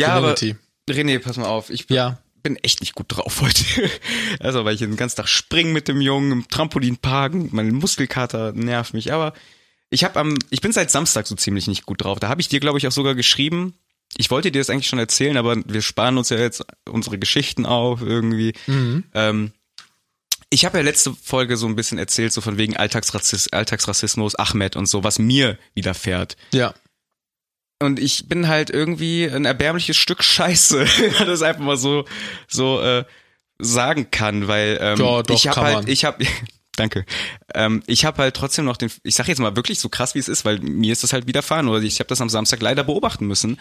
Speaker 2: Ja, aber-
Speaker 1: Masculinity.
Speaker 2: René, pass mal auf. Ich bin,
Speaker 1: Ja,
Speaker 2: bin echt nicht gut drauf heute. Also, weil ich den ganzen Tag springen mit dem Jungen, im Trampolin parken, mein Muskelkater nervt mich, aber ich habe am ich bin seit Samstag so ziemlich nicht gut drauf. Da habe ich dir glaube ich auch sogar geschrieben. Ich wollte dir das eigentlich schon erzählen, aber wir sparen uns ja jetzt unsere Geschichten auf irgendwie.
Speaker 1: Mhm.
Speaker 2: Ähm, ich habe ja letzte Folge so ein bisschen erzählt, so von wegen Alltagsrassismus, Alltagsrassismus, Ahmed und so, was mir widerfährt.
Speaker 1: ja.
Speaker 2: und ich bin halt irgendwie ein erbärmliches Stück Scheiße, wenn man das einfach mal so so äh, sagen kann, weil ähm,
Speaker 1: Ja, doch,
Speaker 2: ich habe
Speaker 1: kann
Speaker 2: halt,
Speaker 1: man.
Speaker 2: ich habe, danke, ähm, ich habe halt trotzdem noch den, ich sag jetzt mal wirklich so krass wie es ist, weil mir ist das halt widerfahren oder ich habe das am Samstag leider beobachten müssen.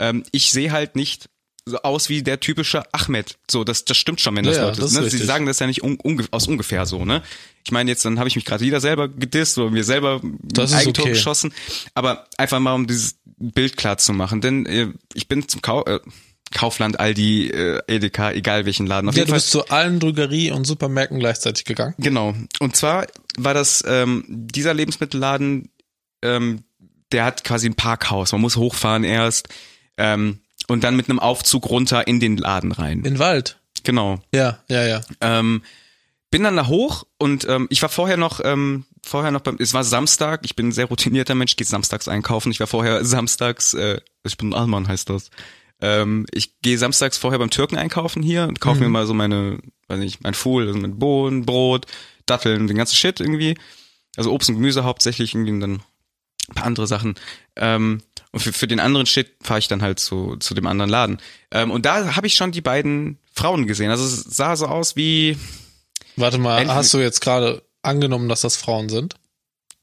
Speaker 2: Ähm, ich sehe halt nicht so aus wie der typische Ahmed. So, das das stimmt schon, wenn das
Speaker 1: Ja,
Speaker 2: Leute,
Speaker 1: das ist
Speaker 2: ne? sie
Speaker 1: richtig.
Speaker 2: sagen das ja nicht un, unge, aus ungefähr so, ne? Ich meine jetzt, dann habe ich mich gerade wieder selber gedisst oder mir selber
Speaker 1: Das
Speaker 2: ein
Speaker 1: ist
Speaker 2: Eigentor
Speaker 1: okay.
Speaker 2: geschossen. Aber einfach mal, um dieses Bild klar zu machen. Denn äh, ich bin zum Kau äh, Kaufland, Aldi, äh, Edeka, egal welchen Laden. Auf
Speaker 1: Ja,
Speaker 2: jeden
Speaker 1: du
Speaker 2: Fall.
Speaker 1: bist zu allen Drogerie und Supermärkten gleichzeitig gegangen.
Speaker 2: Genau. Und zwar war das ähm, dieser Lebensmittelladen, ähm, der hat quasi ein Parkhaus. Man muss hochfahren erst ähm, und dann mit einem Aufzug runter in den Laden rein.
Speaker 1: In den Wald.
Speaker 2: Genau.
Speaker 1: Ja, ja, ja.
Speaker 2: Ähm, bin dann da hoch und ähm, ich war vorher noch, ähm, vorher noch beim, es war Samstag, ich bin ein sehr routinierter Mensch, gehe samstags einkaufen. Ich war vorher samstags, äh, ich bin Allmann heißt das. Ähm, ich gehe samstags vorher beim Türken einkaufen hier und kaufe mir mal so meine, weiß nicht, mein Fohl, also mein Bohnen, Brot, Datteln, den ganzen Shit irgendwie. Also Obst und Gemüse hauptsächlich irgendwie und dann ein paar andere Sachen. Ähm, und für, für den anderen Shit fahre ich dann halt zu, zu dem anderen Laden. Ähm, und da habe ich schon die beiden Frauen gesehen. Also es sah so aus wie,
Speaker 1: Warte mal,
Speaker 2: Enten-
Speaker 1: hast du jetzt gerade angenommen, dass das Frauen sind?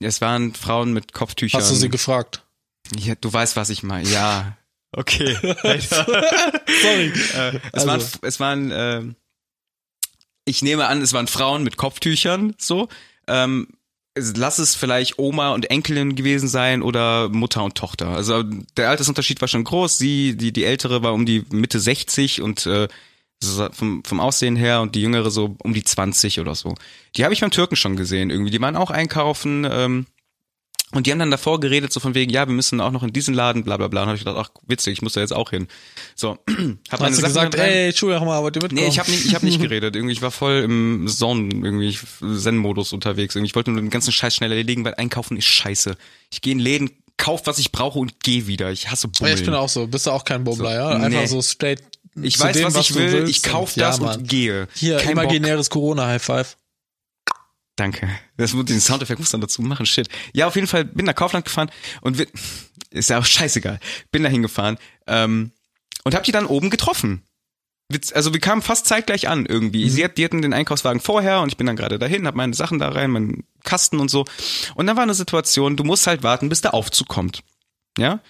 Speaker 2: es waren Frauen mit Kopftüchern.
Speaker 1: Hast du sie gefragt?
Speaker 2: ja, du weißt, was ich meine. Ja. Okay.
Speaker 1: Sorry.
Speaker 2: Äh, es
Speaker 1: Also.
Speaker 2: waren, es waren ähm, ich nehme an, es waren Frauen mit Kopftüchern, so. Ähm, es- lass es vielleicht Oma und Enkelin gewesen sein oder Mutter und Tochter. Also der Altersunterschied war schon groß. Sie, die, die ältere war um die Mitte 60 und äh, so vom, vom Aussehen her und die jüngere so um die 20 oder so. Die habe ich beim Türken schon gesehen irgendwie. Die waren auch einkaufen. Ähm, und die haben dann davor geredet, so von wegen, ja, wir müssen auch noch in diesen Laden, bla bla bla. Und habe ich gedacht, ach witzig, ich muss da jetzt auch hin. So, hab meine
Speaker 1: Hast du
Speaker 2: Sachen
Speaker 1: gesagt,
Speaker 2: dann rein-
Speaker 1: ey, Schuljahre, wollt ihr mitkommen?
Speaker 2: Nee, ich habe nicht, ich hab nicht geredet. Irgendwie, ich war voll im Zone, irgendwie ich- Zen-Modus unterwegs. Irgendwie, ich wollte nur den ganzen Scheiß schnell erledigen, weil Einkaufen ist scheiße. Ich gehe in Läden, kauf, was ich brauche und gehe wieder. Ich hasse
Speaker 1: Ja,
Speaker 2: Bummeln.
Speaker 1: ich bin auch so. Bist du auch kein Bummler, ja? Einfach
Speaker 2: nee.
Speaker 1: so straight.
Speaker 2: Ich
Speaker 1: zu
Speaker 2: weiß,
Speaker 1: dem,
Speaker 2: was, ich
Speaker 1: du
Speaker 2: will,
Speaker 1: willst
Speaker 2: ich kauf
Speaker 1: und- ja,
Speaker 2: das
Speaker 1: Mann.
Speaker 2: und gehe.
Speaker 1: Hier,
Speaker 2: Kein Bock.
Speaker 1: imaginäres Corona-High-Five.
Speaker 2: Danke. Das, muss- den Soundeffekt muss dann dazu machen, shit. Ja, auf jeden Fall bin nach Kaufland gefahren und wir, ist ja auch scheißegal. Bin da hingefahren ähm, und hab die dann oben getroffen. Witz- Also wir kamen fast zeitgleich an irgendwie. Sie hat, die hatten den Einkaufswagen vorher und ich bin dann gerade dahin, hab meine Sachen da rein, meinen Kasten und so. Und dann war eine Situation, du musst halt warten, bis der Aufzug kommt. Ja?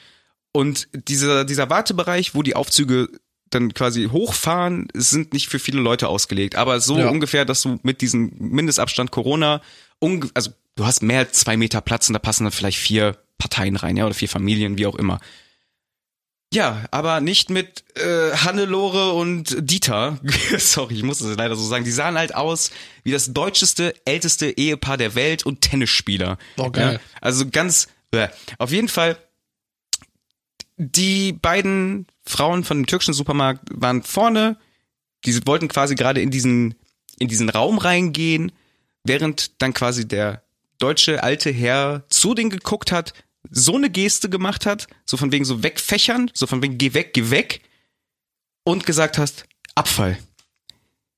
Speaker 2: Und dieser, dieser Wartebereich, wo die Aufzüge dann quasi hochfahren, sind nicht für viele Leute ausgelegt. Aber so
Speaker 1: Ja.
Speaker 2: ungefähr, dass du mit diesem Mindestabstand Corona, unge- also du hast mehr als zwei Meter Platz und da passen dann vielleicht vier Parteien rein, ja, oder vier Familien, wie auch immer. Ja, aber nicht mit äh, Hannelore und Dieter. Sorry, ich muss es leider so sagen. Die sahen halt aus wie das deutscheste, älteste Ehepaar der Welt und Tennisspieler.
Speaker 1: Oh, geil.
Speaker 2: Also ganz. Bäh. Auf jeden Fall, die beiden Frauen von dem türkischen Supermarkt waren vorne. Die wollten quasi gerade in diesen, in diesen Raum reingehen, während dann quasi der deutsche alte Herr zu denen geguckt hat, so eine Geste gemacht hat, so von wegen so wegfächern, so von wegen geh weg, geh weg und gesagt hast, Abfall.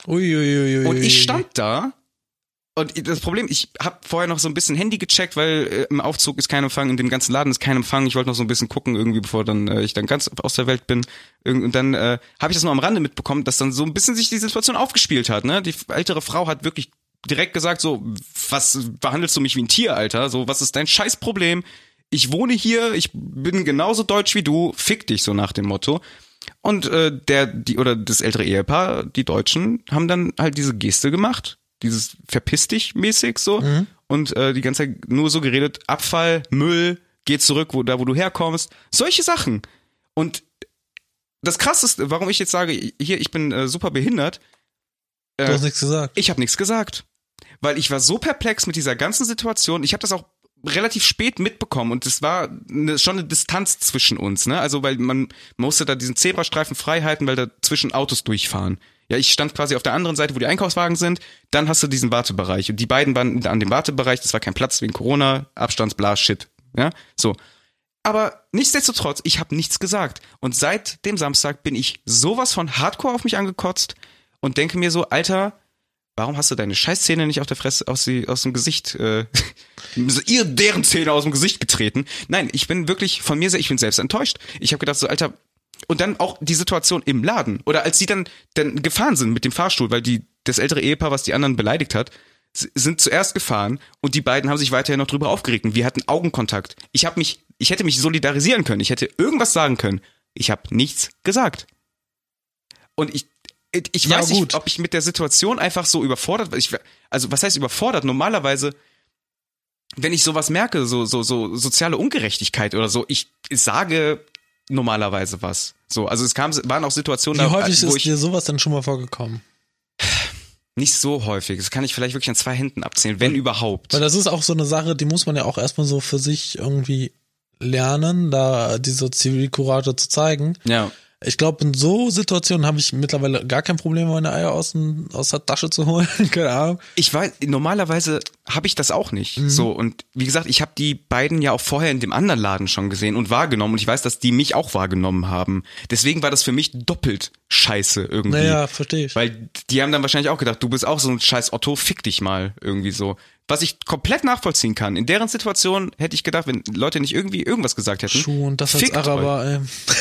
Speaker 1: Uiuiuiui.
Speaker 2: Und ich stand da und das Problem, ich habe vorher noch so ein bisschen Handy gecheckt, weil äh, im Aufzug ist kein Empfang, in dem ganzen Laden ist kein Empfang. Ich wollte noch so ein bisschen gucken irgendwie, bevor dann äh, ich dann ganz aus der Welt bin. Irgend- Und dann äh, habe ich das nur am Rande mitbekommen, dass dann so ein bisschen sich die Situation aufgespielt hat. Ne, die ältere Frau hat wirklich direkt gesagt so, was behandelst du mich wie ein Tier, Alter? So, was ist dein Scheißproblem? Ich wohne hier, ich bin genauso deutsch wie du, fick dich so nach dem Motto. Und äh, der, die, oder das ältere Ehepaar, die Deutschen, haben dann halt diese Geste gemacht, dieses verpiss dich mäßig so und äh, die ganze Zeit nur so geredet, Abfall, Müll, geh zurück, wo, da wo du herkommst, solche Sachen. Und das krasseste, warum ich jetzt sage, hier, ich bin äh, super behindert,
Speaker 1: Du hast nichts gesagt.
Speaker 2: ich habe nichts gesagt. Weil ich war so perplex mit dieser ganzen Situation. Ich habe das auch relativ spät mitbekommen und es war eine, schon eine Distanz zwischen uns, ne? Also weil man, man musste da diesen Zebrastreifen frei halten, weil da zwischen Autos durchfahren. Ja, ich stand quasi auf der anderen Seite, wo die Einkaufswagen sind, dann hast du diesen Wartebereich und die beiden waren an dem Wartebereich, das war kein Platz wegen Corona, Abstands, bla, shit, ja? So. Aber nichtsdestotrotz, ich habe nichts gesagt. Und seit dem Samstag bin ich sowas von hardcore auf mich angekotzt und denke mir so, Alter, warum hast du deine Scheißzähne nicht auf der Fresse aus, die, aus dem Gesicht, äh, so ihr deren Zähne aus dem Gesicht getreten? Nein, ich bin wirklich von mir, se- ich bin selbst enttäuscht. Ich habe gedacht so, Alter, und dann auch die Situation im Laden oder als die dann dann gefahren sind mit dem Fahrstuhl, weil die das ältere Ehepaar, was die anderen beleidigt hat, s- sind zuerst gefahren und die beiden haben sich weiterhin noch drüber aufgeregt und wir hatten Augenkontakt. Ich habe mich ich hätte mich solidarisieren können, ich hätte irgendwas sagen können. Ich habe nichts gesagt. Und ich ich, ich
Speaker 1: Ja,
Speaker 2: weiß
Speaker 1: gut.
Speaker 2: nicht, ob ich mit der Situation einfach so überfordert war. Ich, also was heißt überfordert? Normalerweise wenn ich sowas merke, so, so, so soziale Ungerechtigkeit oder so, ich sage normalerweise was. So, also es kam, waren auch
Speaker 1: Wie
Speaker 2: Situationen, da,
Speaker 1: häufig
Speaker 2: wo
Speaker 1: ist
Speaker 2: ich
Speaker 1: dir sowas dann schon mal vorgekommen?
Speaker 2: nicht so häufig, das kann ich vielleicht wirklich an zwei Händen abzählen, wenn überhaupt.
Speaker 1: Weil das ist auch so eine Sache, die muss man ja auch erstmal so für sich irgendwie lernen, da diese Zivilcourage zu zeigen.
Speaker 2: Ja.
Speaker 1: Ich glaube, in so Situationen habe ich mittlerweile gar kein Problem, meine Eier aus, dem- aus der Tasche zu holen. Keine Ahnung.
Speaker 2: Ich weiß, normalerweise habe ich das auch nicht.
Speaker 1: Mhm.
Speaker 2: So, und wie gesagt, ich habe die beiden ja auch vorher in dem anderen Laden schon gesehen und wahrgenommen und ich weiß, dass die mich auch wahrgenommen haben. Deswegen war das für mich doppelt scheiße irgendwie.
Speaker 1: Naja, verstehe ich.
Speaker 2: Weil die haben dann wahrscheinlich auch gedacht, du bist auch so ein scheiß Otto, fick dich mal irgendwie so. Was ich komplett nachvollziehen kann. In deren Situation hätte ich gedacht, wenn Leute nicht irgendwie irgendwas gesagt hätten.
Speaker 1: Schuh und das als
Speaker 2: fickt
Speaker 1: Araber, ähm, ey.
Speaker 2: euch.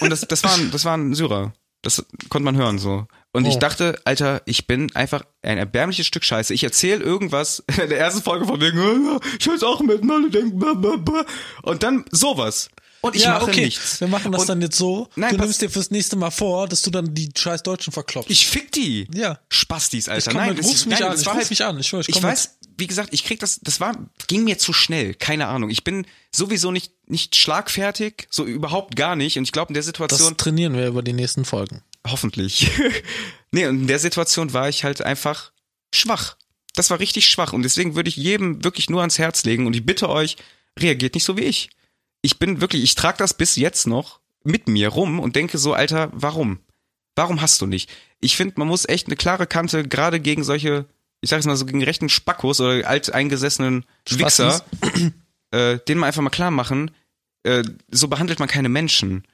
Speaker 2: Und das, das, waren, das waren Syrer. Das konnte man hören so. Und ich
Speaker 1: Oh.
Speaker 2: dachte, Alter, ich bin einfach ein erbärmliches Stück Scheiße. Ich erzähle irgendwas in der ersten Folge von wegen, "Ah, ja, ich höre auch mit, und alle denken, blah, blah, blah. und dann sowas. Und ich mache nichts.
Speaker 1: Wir machen das
Speaker 2: und
Speaker 1: dann jetzt so.
Speaker 2: Nein,
Speaker 1: du
Speaker 2: pass-
Speaker 1: nimmst dir fürs nächste Mal vor, dass du dann die scheiß Deutschen verklopfst.
Speaker 2: Ich fick die.
Speaker 1: Ja.
Speaker 2: Spastis, Alter.
Speaker 1: komm
Speaker 2: nein,
Speaker 1: mit,
Speaker 2: das-
Speaker 1: ruf's mich
Speaker 2: nein,
Speaker 1: an,
Speaker 2: das
Speaker 1: ich
Speaker 2: war
Speaker 1: ruf
Speaker 2: halt-
Speaker 1: mich an, ich schwör, ich
Speaker 2: Ich
Speaker 1: komm
Speaker 2: weiß, wie gesagt, ich krieg das, das war, ging mir zu schnell. Keine Ahnung. Ich bin sowieso nicht, nicht schlagfertig. So überhaupt gar nicht. Und ich glaube, in der
Speaker 1: das
Speaker 2: Situation,
Speaker 1: trainieren wir über die nächsten Folgen.
Speaker 2: hoffentlich. nee, und in der Situation war ich halt einfach schwach. Das war richtig schwach. Und deswegen würde ich jedem wirklich nur ans Herz legen. Und ich bitte euch, reagiert nicht so wie ich. Ich bin wirklich, ich trage das bis jetzt noch mit mir rum und denke so, Alter, warum? Warum hast du nicht? Ich finde, man muss echt eine klare Kante, gerade gegen solche, ich sag jetzt mal so, gegen rechten Spackos oder alteingesessenen Wichser, äh, denen mal einfach mal klar machen, äh, so behandelt man keine Menschen.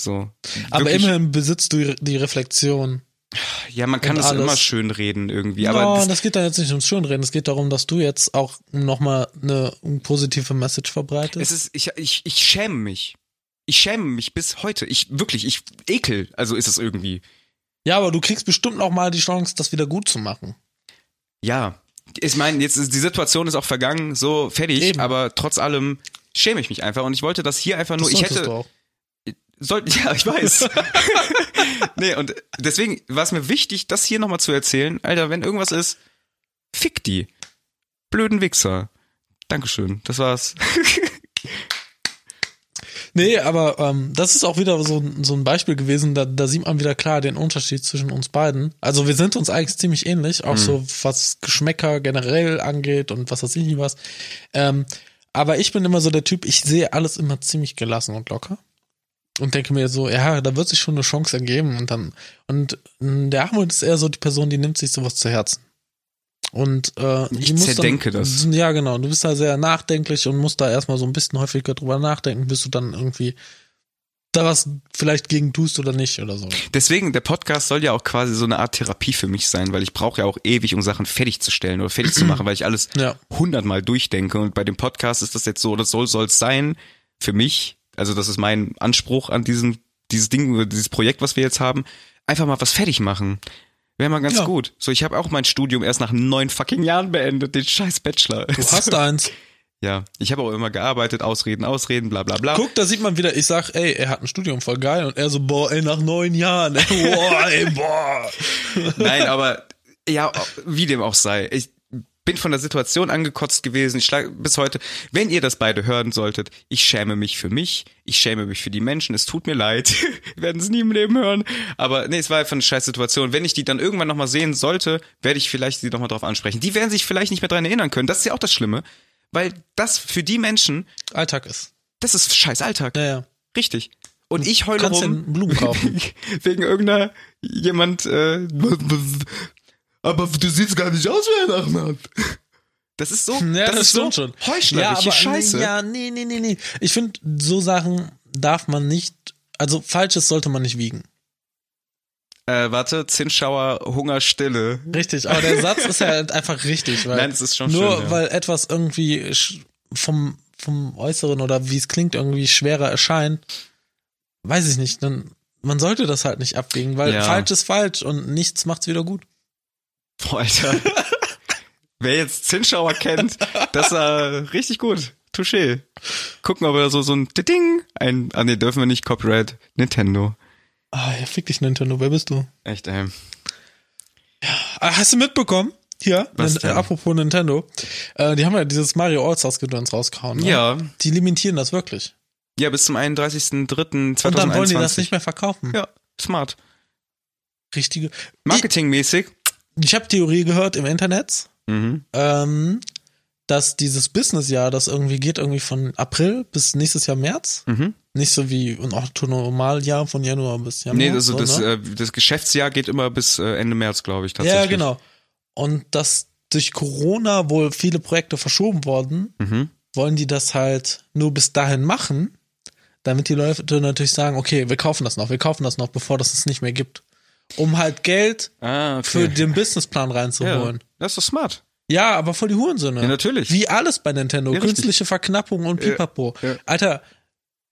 Speaker 2: So.
Speaker 1: Aber
Speaker 2: Wirklich-
Speaker 1: immerhin besitzt du die Reflexion.
Speaker 2: ja, man kann
Speaker 1: Und
Speaker 2: das
Speaker 1: alles.
Speaker 2: immer schön reden irgendwie,
Speaker 1: Ja,
Speaker 2: aber
Speaker 1: no, das,
Speaker 2: das,
Speaker 1: geht da jetzt nicht ums Schönreden. Es geht darum, dass du jetzt auch nochmal eine positive Message
Speaker 2: es
Speaker 1: verbreitest.
Speaker 2: ist ich, ich ich schäme mich. Ich schäme mich bis heute. Ich wirklich, ich ekel, also ist es irgendwie.
Speaker 1: Ja, aber du kriegst bestimmt noch mal die Chance, das wieder gut zu machen.
Speaker 2: Ja, ich meine, jetzt ist die Situation ist auch vergangen, so fertig,
Speaker 1: Eben.
Speaker 2: aber trotz allem schäme ich mich einfach und ich wollte das hier einfach nur,
Speaker 1: Das
Speaker 2: ich
Speaker 1: solltest
Speaker 2: hätte
Speaker 1: du auch.
Speaker 2: Sollten, ja, ich weiß. nee, und deswegen war es mir wichtig, das hier nochmal zu erzählen. Alter, wenn irgendwas ist, fick die. Blöden Wichser. Dankeschön, das war's.
Speaker 1: Nee, aber ähm, das ist auch wieder so, ein- so ein Beispiel gewesen, da, da sieht man wieder klar den Unterschied zwischen uns beiden. Also wir sind uns eigentlich ziemlich ähnlich, auch so was Geschmäcker generell angeht und was weiß ich nicht was. Ähm, aber ich bin immer so der Typ, ich sehe alles immer ziemlich gelassen und locker. Und denke mir so, ja, da wird sich schon eine Chance ergeben. Und dann, und mh, der Ahmed ist eher so die Person, die nimmt sich sowas zu Herzen. Und äh,
Speaker 2: Ich
Speaker 1: die muss
Speaker 2: zerdenke
Speaker 1: dann,
Speaker 2: das.
Speaker 1: Ja, genau. Du bist da sehr nachdenklich und musst da erstmal so ein bisschen häufiger drüber nachdenken, bis du dann irgendwie da was vielleicht gegen tust oder nicht oder so.
Speaker 2: Deswegen, der Podcast soll ja auch quasi so eine Art Therapie für mich sein, weil ich brauche ja auch ewig, um Sachen fertigzustellen oder fertig zu machen, weil ich alles
Speaker 1: Ja.
Speaker 2: hundertmal durchdenke. Und bei dem Podcast ist das jetzt so, das soll soll's sein für mich. Also das ist mein Anspruch an diesem dieses Ding, oder dieses Projekt, was wir jetzt haben. Einfach mal was fertig machen. Wäre mal ganz
Speaker 1: Ja.
Speaker 2: gut. So, ich habe auch mein Studium erst nach neun fucking Jahren beendet, den scheiß Bachelor.
Speaker 1: Du hast eins.
Speaker 2: ja, ich habe auch immer gearbeitet, Ausreden, Ausreden, bla bla bla.
Speaker 1: Guck, da sieht man wieder, ich sag, ey, er hat ein Studium voll geil und er so, boah, ey, nach neun Jahren, ey, boah, ey, boah.
Speaker 2: Nein, aber ja, wie dem auch sei. Ich bin von der Situation angekotzt gewesen. Ich schlag bis heute, wenn ihr das beide hören solltet, ich schäme mich für mich, ich schäme mich für die Menschen, es tut mir leid. werden es nie im Leben hören, aber nee, es war einfach eine scheiß Situation. Wenn ich die dann irgendwann noch mal sehen sollte, werde ich vielleicht sie noch mal drauf ansprechen. Die werden sich vielleicht nicht mehr dran erinnern können. Das ist ja auch das Schlimme, weil das für die Menschen,
Speaker 1: Alltag ist.
Speaker 2: das ist scheiß Alltag.
Speaker 1: Ja, ja.
Speaker 2: Richtig. Und ich heule
Speaker 1: Kannst
Speaker 2: rum.
Speaker 1: dir Blumen kaufen.
Speaker 2: Wegen irgendeiner jemand, äh, aber du siehst gar nicht aus wie ein Ahmad. Das ist so,
Speaker 1: Ja,
Speaker 2: das,
Speaker 1: das
Speaker 2: ist so
Speaker 1: stimmt schon.
Speaker 2: heuchlerische Scheiße.
Speaker 1: Nee, ja, nee, nee, nee, nee. Ich finde, so Sachen darf man nicht, also Falsches sollte man nicht wiegen.
Speaker 2: Äh, warte, Zinsschauer, Hunger, Stille.
Speaker 1: Richtig, aber der Satz ist ja halt einfach richtig, weil
Speaker 2: Nein, es ist schon
Speaker 1: nur
Speaker 2: schön. ja.
Speaker 1: weil etwas irgendwie sch- vom, vom Äußeren oder wie es klingt irgendwie schwerer erscheint, weiß ich nicht, dann man sollte das halt nicht abwägen, weil
Speaker 2: Ja.
Speaker 1: falsch ist falsch und nichts macht's wieder gut.
Speaker 2: Boah, Alter. Wer jetzt Zinsschauer kennt, das war richtig gut. Touché. Gucken, ob er so, so ein Ding. Ein, ah, nee, dürfen wir nicht. Copyright. Nintendo.
Speaker 1: Ah, ja, fick dich, Nintendo, wer bist du?
Speaker 2: Echt, ey.
Speaker 1: Ah, Hast du mitbekommen? Hier,
Speaker 2: Was
Speaker 1: Nin- äh,
Speaker 2: denn?
Speaker 1: apropos Nintendo, äh, die haben ja dieses Mario All-Stars-Gedöns rausgehauen. Ne?
Speaker 2: Ja.
Speaker 1: Die limitieren das wirklich.
Speaker 2: Ja, bis zum 31.03.2021.
Speaker 1: Und dann wollen die das nicht mehr verkaufen.
Speaker 2: Ja, smart.
Speaker 1: Richtige.
Speaker 2: Marketingmäßig.
Speaker 1: Ich, ich habe Theorie gehört im Internet,
Speaker 2: Mhm.
Speaker 1: ähm, dass dieses Businessjahr, das irgendwie geht, irgendwie von April bis nächstes Jahr März.
Speaker 2: Mhm.
Speaker 1: Nicht so wie ein Autonomaljahr von Januar bis Januar.
Speaker 2: Nee, also
Speaker 1: so,
Speaker 2: das,
Speaker 1: ne?
Speaker 2: äh, das Geschäftsjahr geht immer bis äh, Ende März, glaube ich, tatsächlich.
Speaker 1: ja, genau. Und dass durch Corona wohl viele Projekte verschoben wurden,
Speaker 2: Mhm.
Speaker 1: wollen die das halt nur bis dahin machen, damit die Leute natürlich sagen, okay, wir kaufen das noch, wir kaufen das noch, bevor das es nicht mehr gibt. Um halt Geld
Speaker 2: Ah, okay.
Speaker 1: für den Businessplan
Speaker 2: ja.
Speaker 1: reinzuholen.
Speaker 2: Das ist doch smart.
Speaker 1: Ja, aber voll die Hurensöhne.
Speaker 2: Ja, natürlich.
Speaker 1: Wie alles bei Nintendo.
Speaker 2: Ja, richtig.
Speaker 1: Künstliche Verknappung und
Speaker 2: Ja,
Speaker 1: Pipapo.
Speaker 2: ja.
Speaker 1: Alter,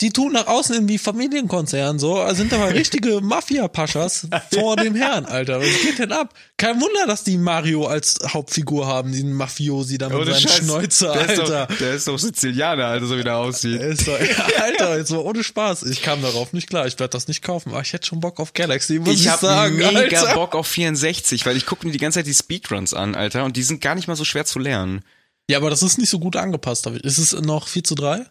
Speaker 1: die tun nach außen irgendwie Familienkonzern so, also sind aber richtige Mafia-Paschas vor dem Herrn, Alter. Was geht denn ab? Kein Wunder, dass die Mario als Hauptfigur haben, den Mafiosi da mit seinem Schnäuzer,
Speaker 2: der ist,
Speaker 1: Alter. Äh,
Speaker 2: doch, der ist doch Sizilianer, Alter, so wie der aussieht.
Speaker 1: Ist doch, Alter, jetzt mal ohne Spaß. Ich kam darauf nicht klar. Ich werde das nicht kaufen. Aber ich hätte schon Bock auf Galaxy, muss ich,
Speaker 2: ich habe
Speaker 1: sagen.
Speaker 2: mega
Speaker 1: Alter.
Speaker 2: Bock auf 64, weil ich gucke mir die ganze Zeit die Speedruns an, Alter, und die sind gar nicht mal so schwer zu lernen.
Speaker 1: Ja, aber das ist nicht so gut angepasst. hab ich- Ist es noch 4 zu 3?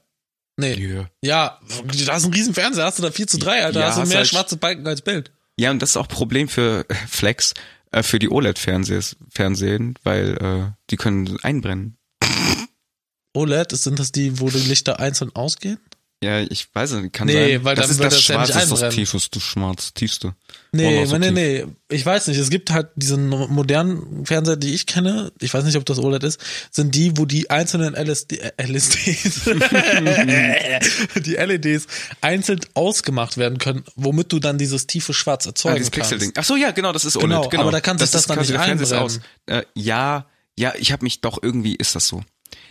Speaker 1: Nee. Ja, da hast du einen riesen Fernseher, hast du da 4 zu 3, Alter.
Speaker 2: Ja,
Speaker 1: hast du
Speaker 2: hast
Speaker 1: mehr
Speaker 2: halt-
Speaker 1: schwarze Balken als Bild.
Speaker 2: Ja, und das ist auch Problem für äh, Flex, äh, für die OLED-Fernsehen, weil äh, die können einbrennen.
Speaker 1: OLED, sind das die, wo die Lichter einzeln ausgehen?
Speaker 2: Ja, ich weiß nicht, kann
Speaker 1: Nee,
Speaker 2: sein.
Speaker 1: weil
Speaker 2: das
Speaker 1: dann
Speaker 2: ist
Speaker 1: würde
Speaker 2: das
Speaker 1: das ja nicht
Speaker 2: Schwarze, das ist das
Speaker 1: einbrennen.
Speaker 2: tiefeste, schwarz, tiefste.
Speaker 1: Nee,
Speaker 2: Warum auch so
Speaker 1: nee,
Speaker 2: tief?
Speaker 1: nee. Ich weiß nicht. Es gibt halt diese no- modernen Fernseher, die ich kenne, ich weiß nicht, ob das OLED ist, sind die, wo die einzelnen LSD, äh, LSDs, die LEDs einzeln ausgemacht werden können, womit du dann dieses tiefe Schwarz
Speaker 2: Ah,
Speaker 1: erzeugen
Speaker 2: dieses
Speaker 1: kannst.
Speaker 2: Pixel-Ding. Ach so, ja, genau, das ist OLED.
Speaker 1: Genau,
Speaker 2: Genau,
Speaker 1: aber da kann sich das
Speaker 2: ist
Speaker 1: dann
Speaker 2: quasi
Speaker 1: nicht
Speaker 2: der Fernseher ist Aus. Äh, ja, ja, ich habe mich doch irgendwie ist das so.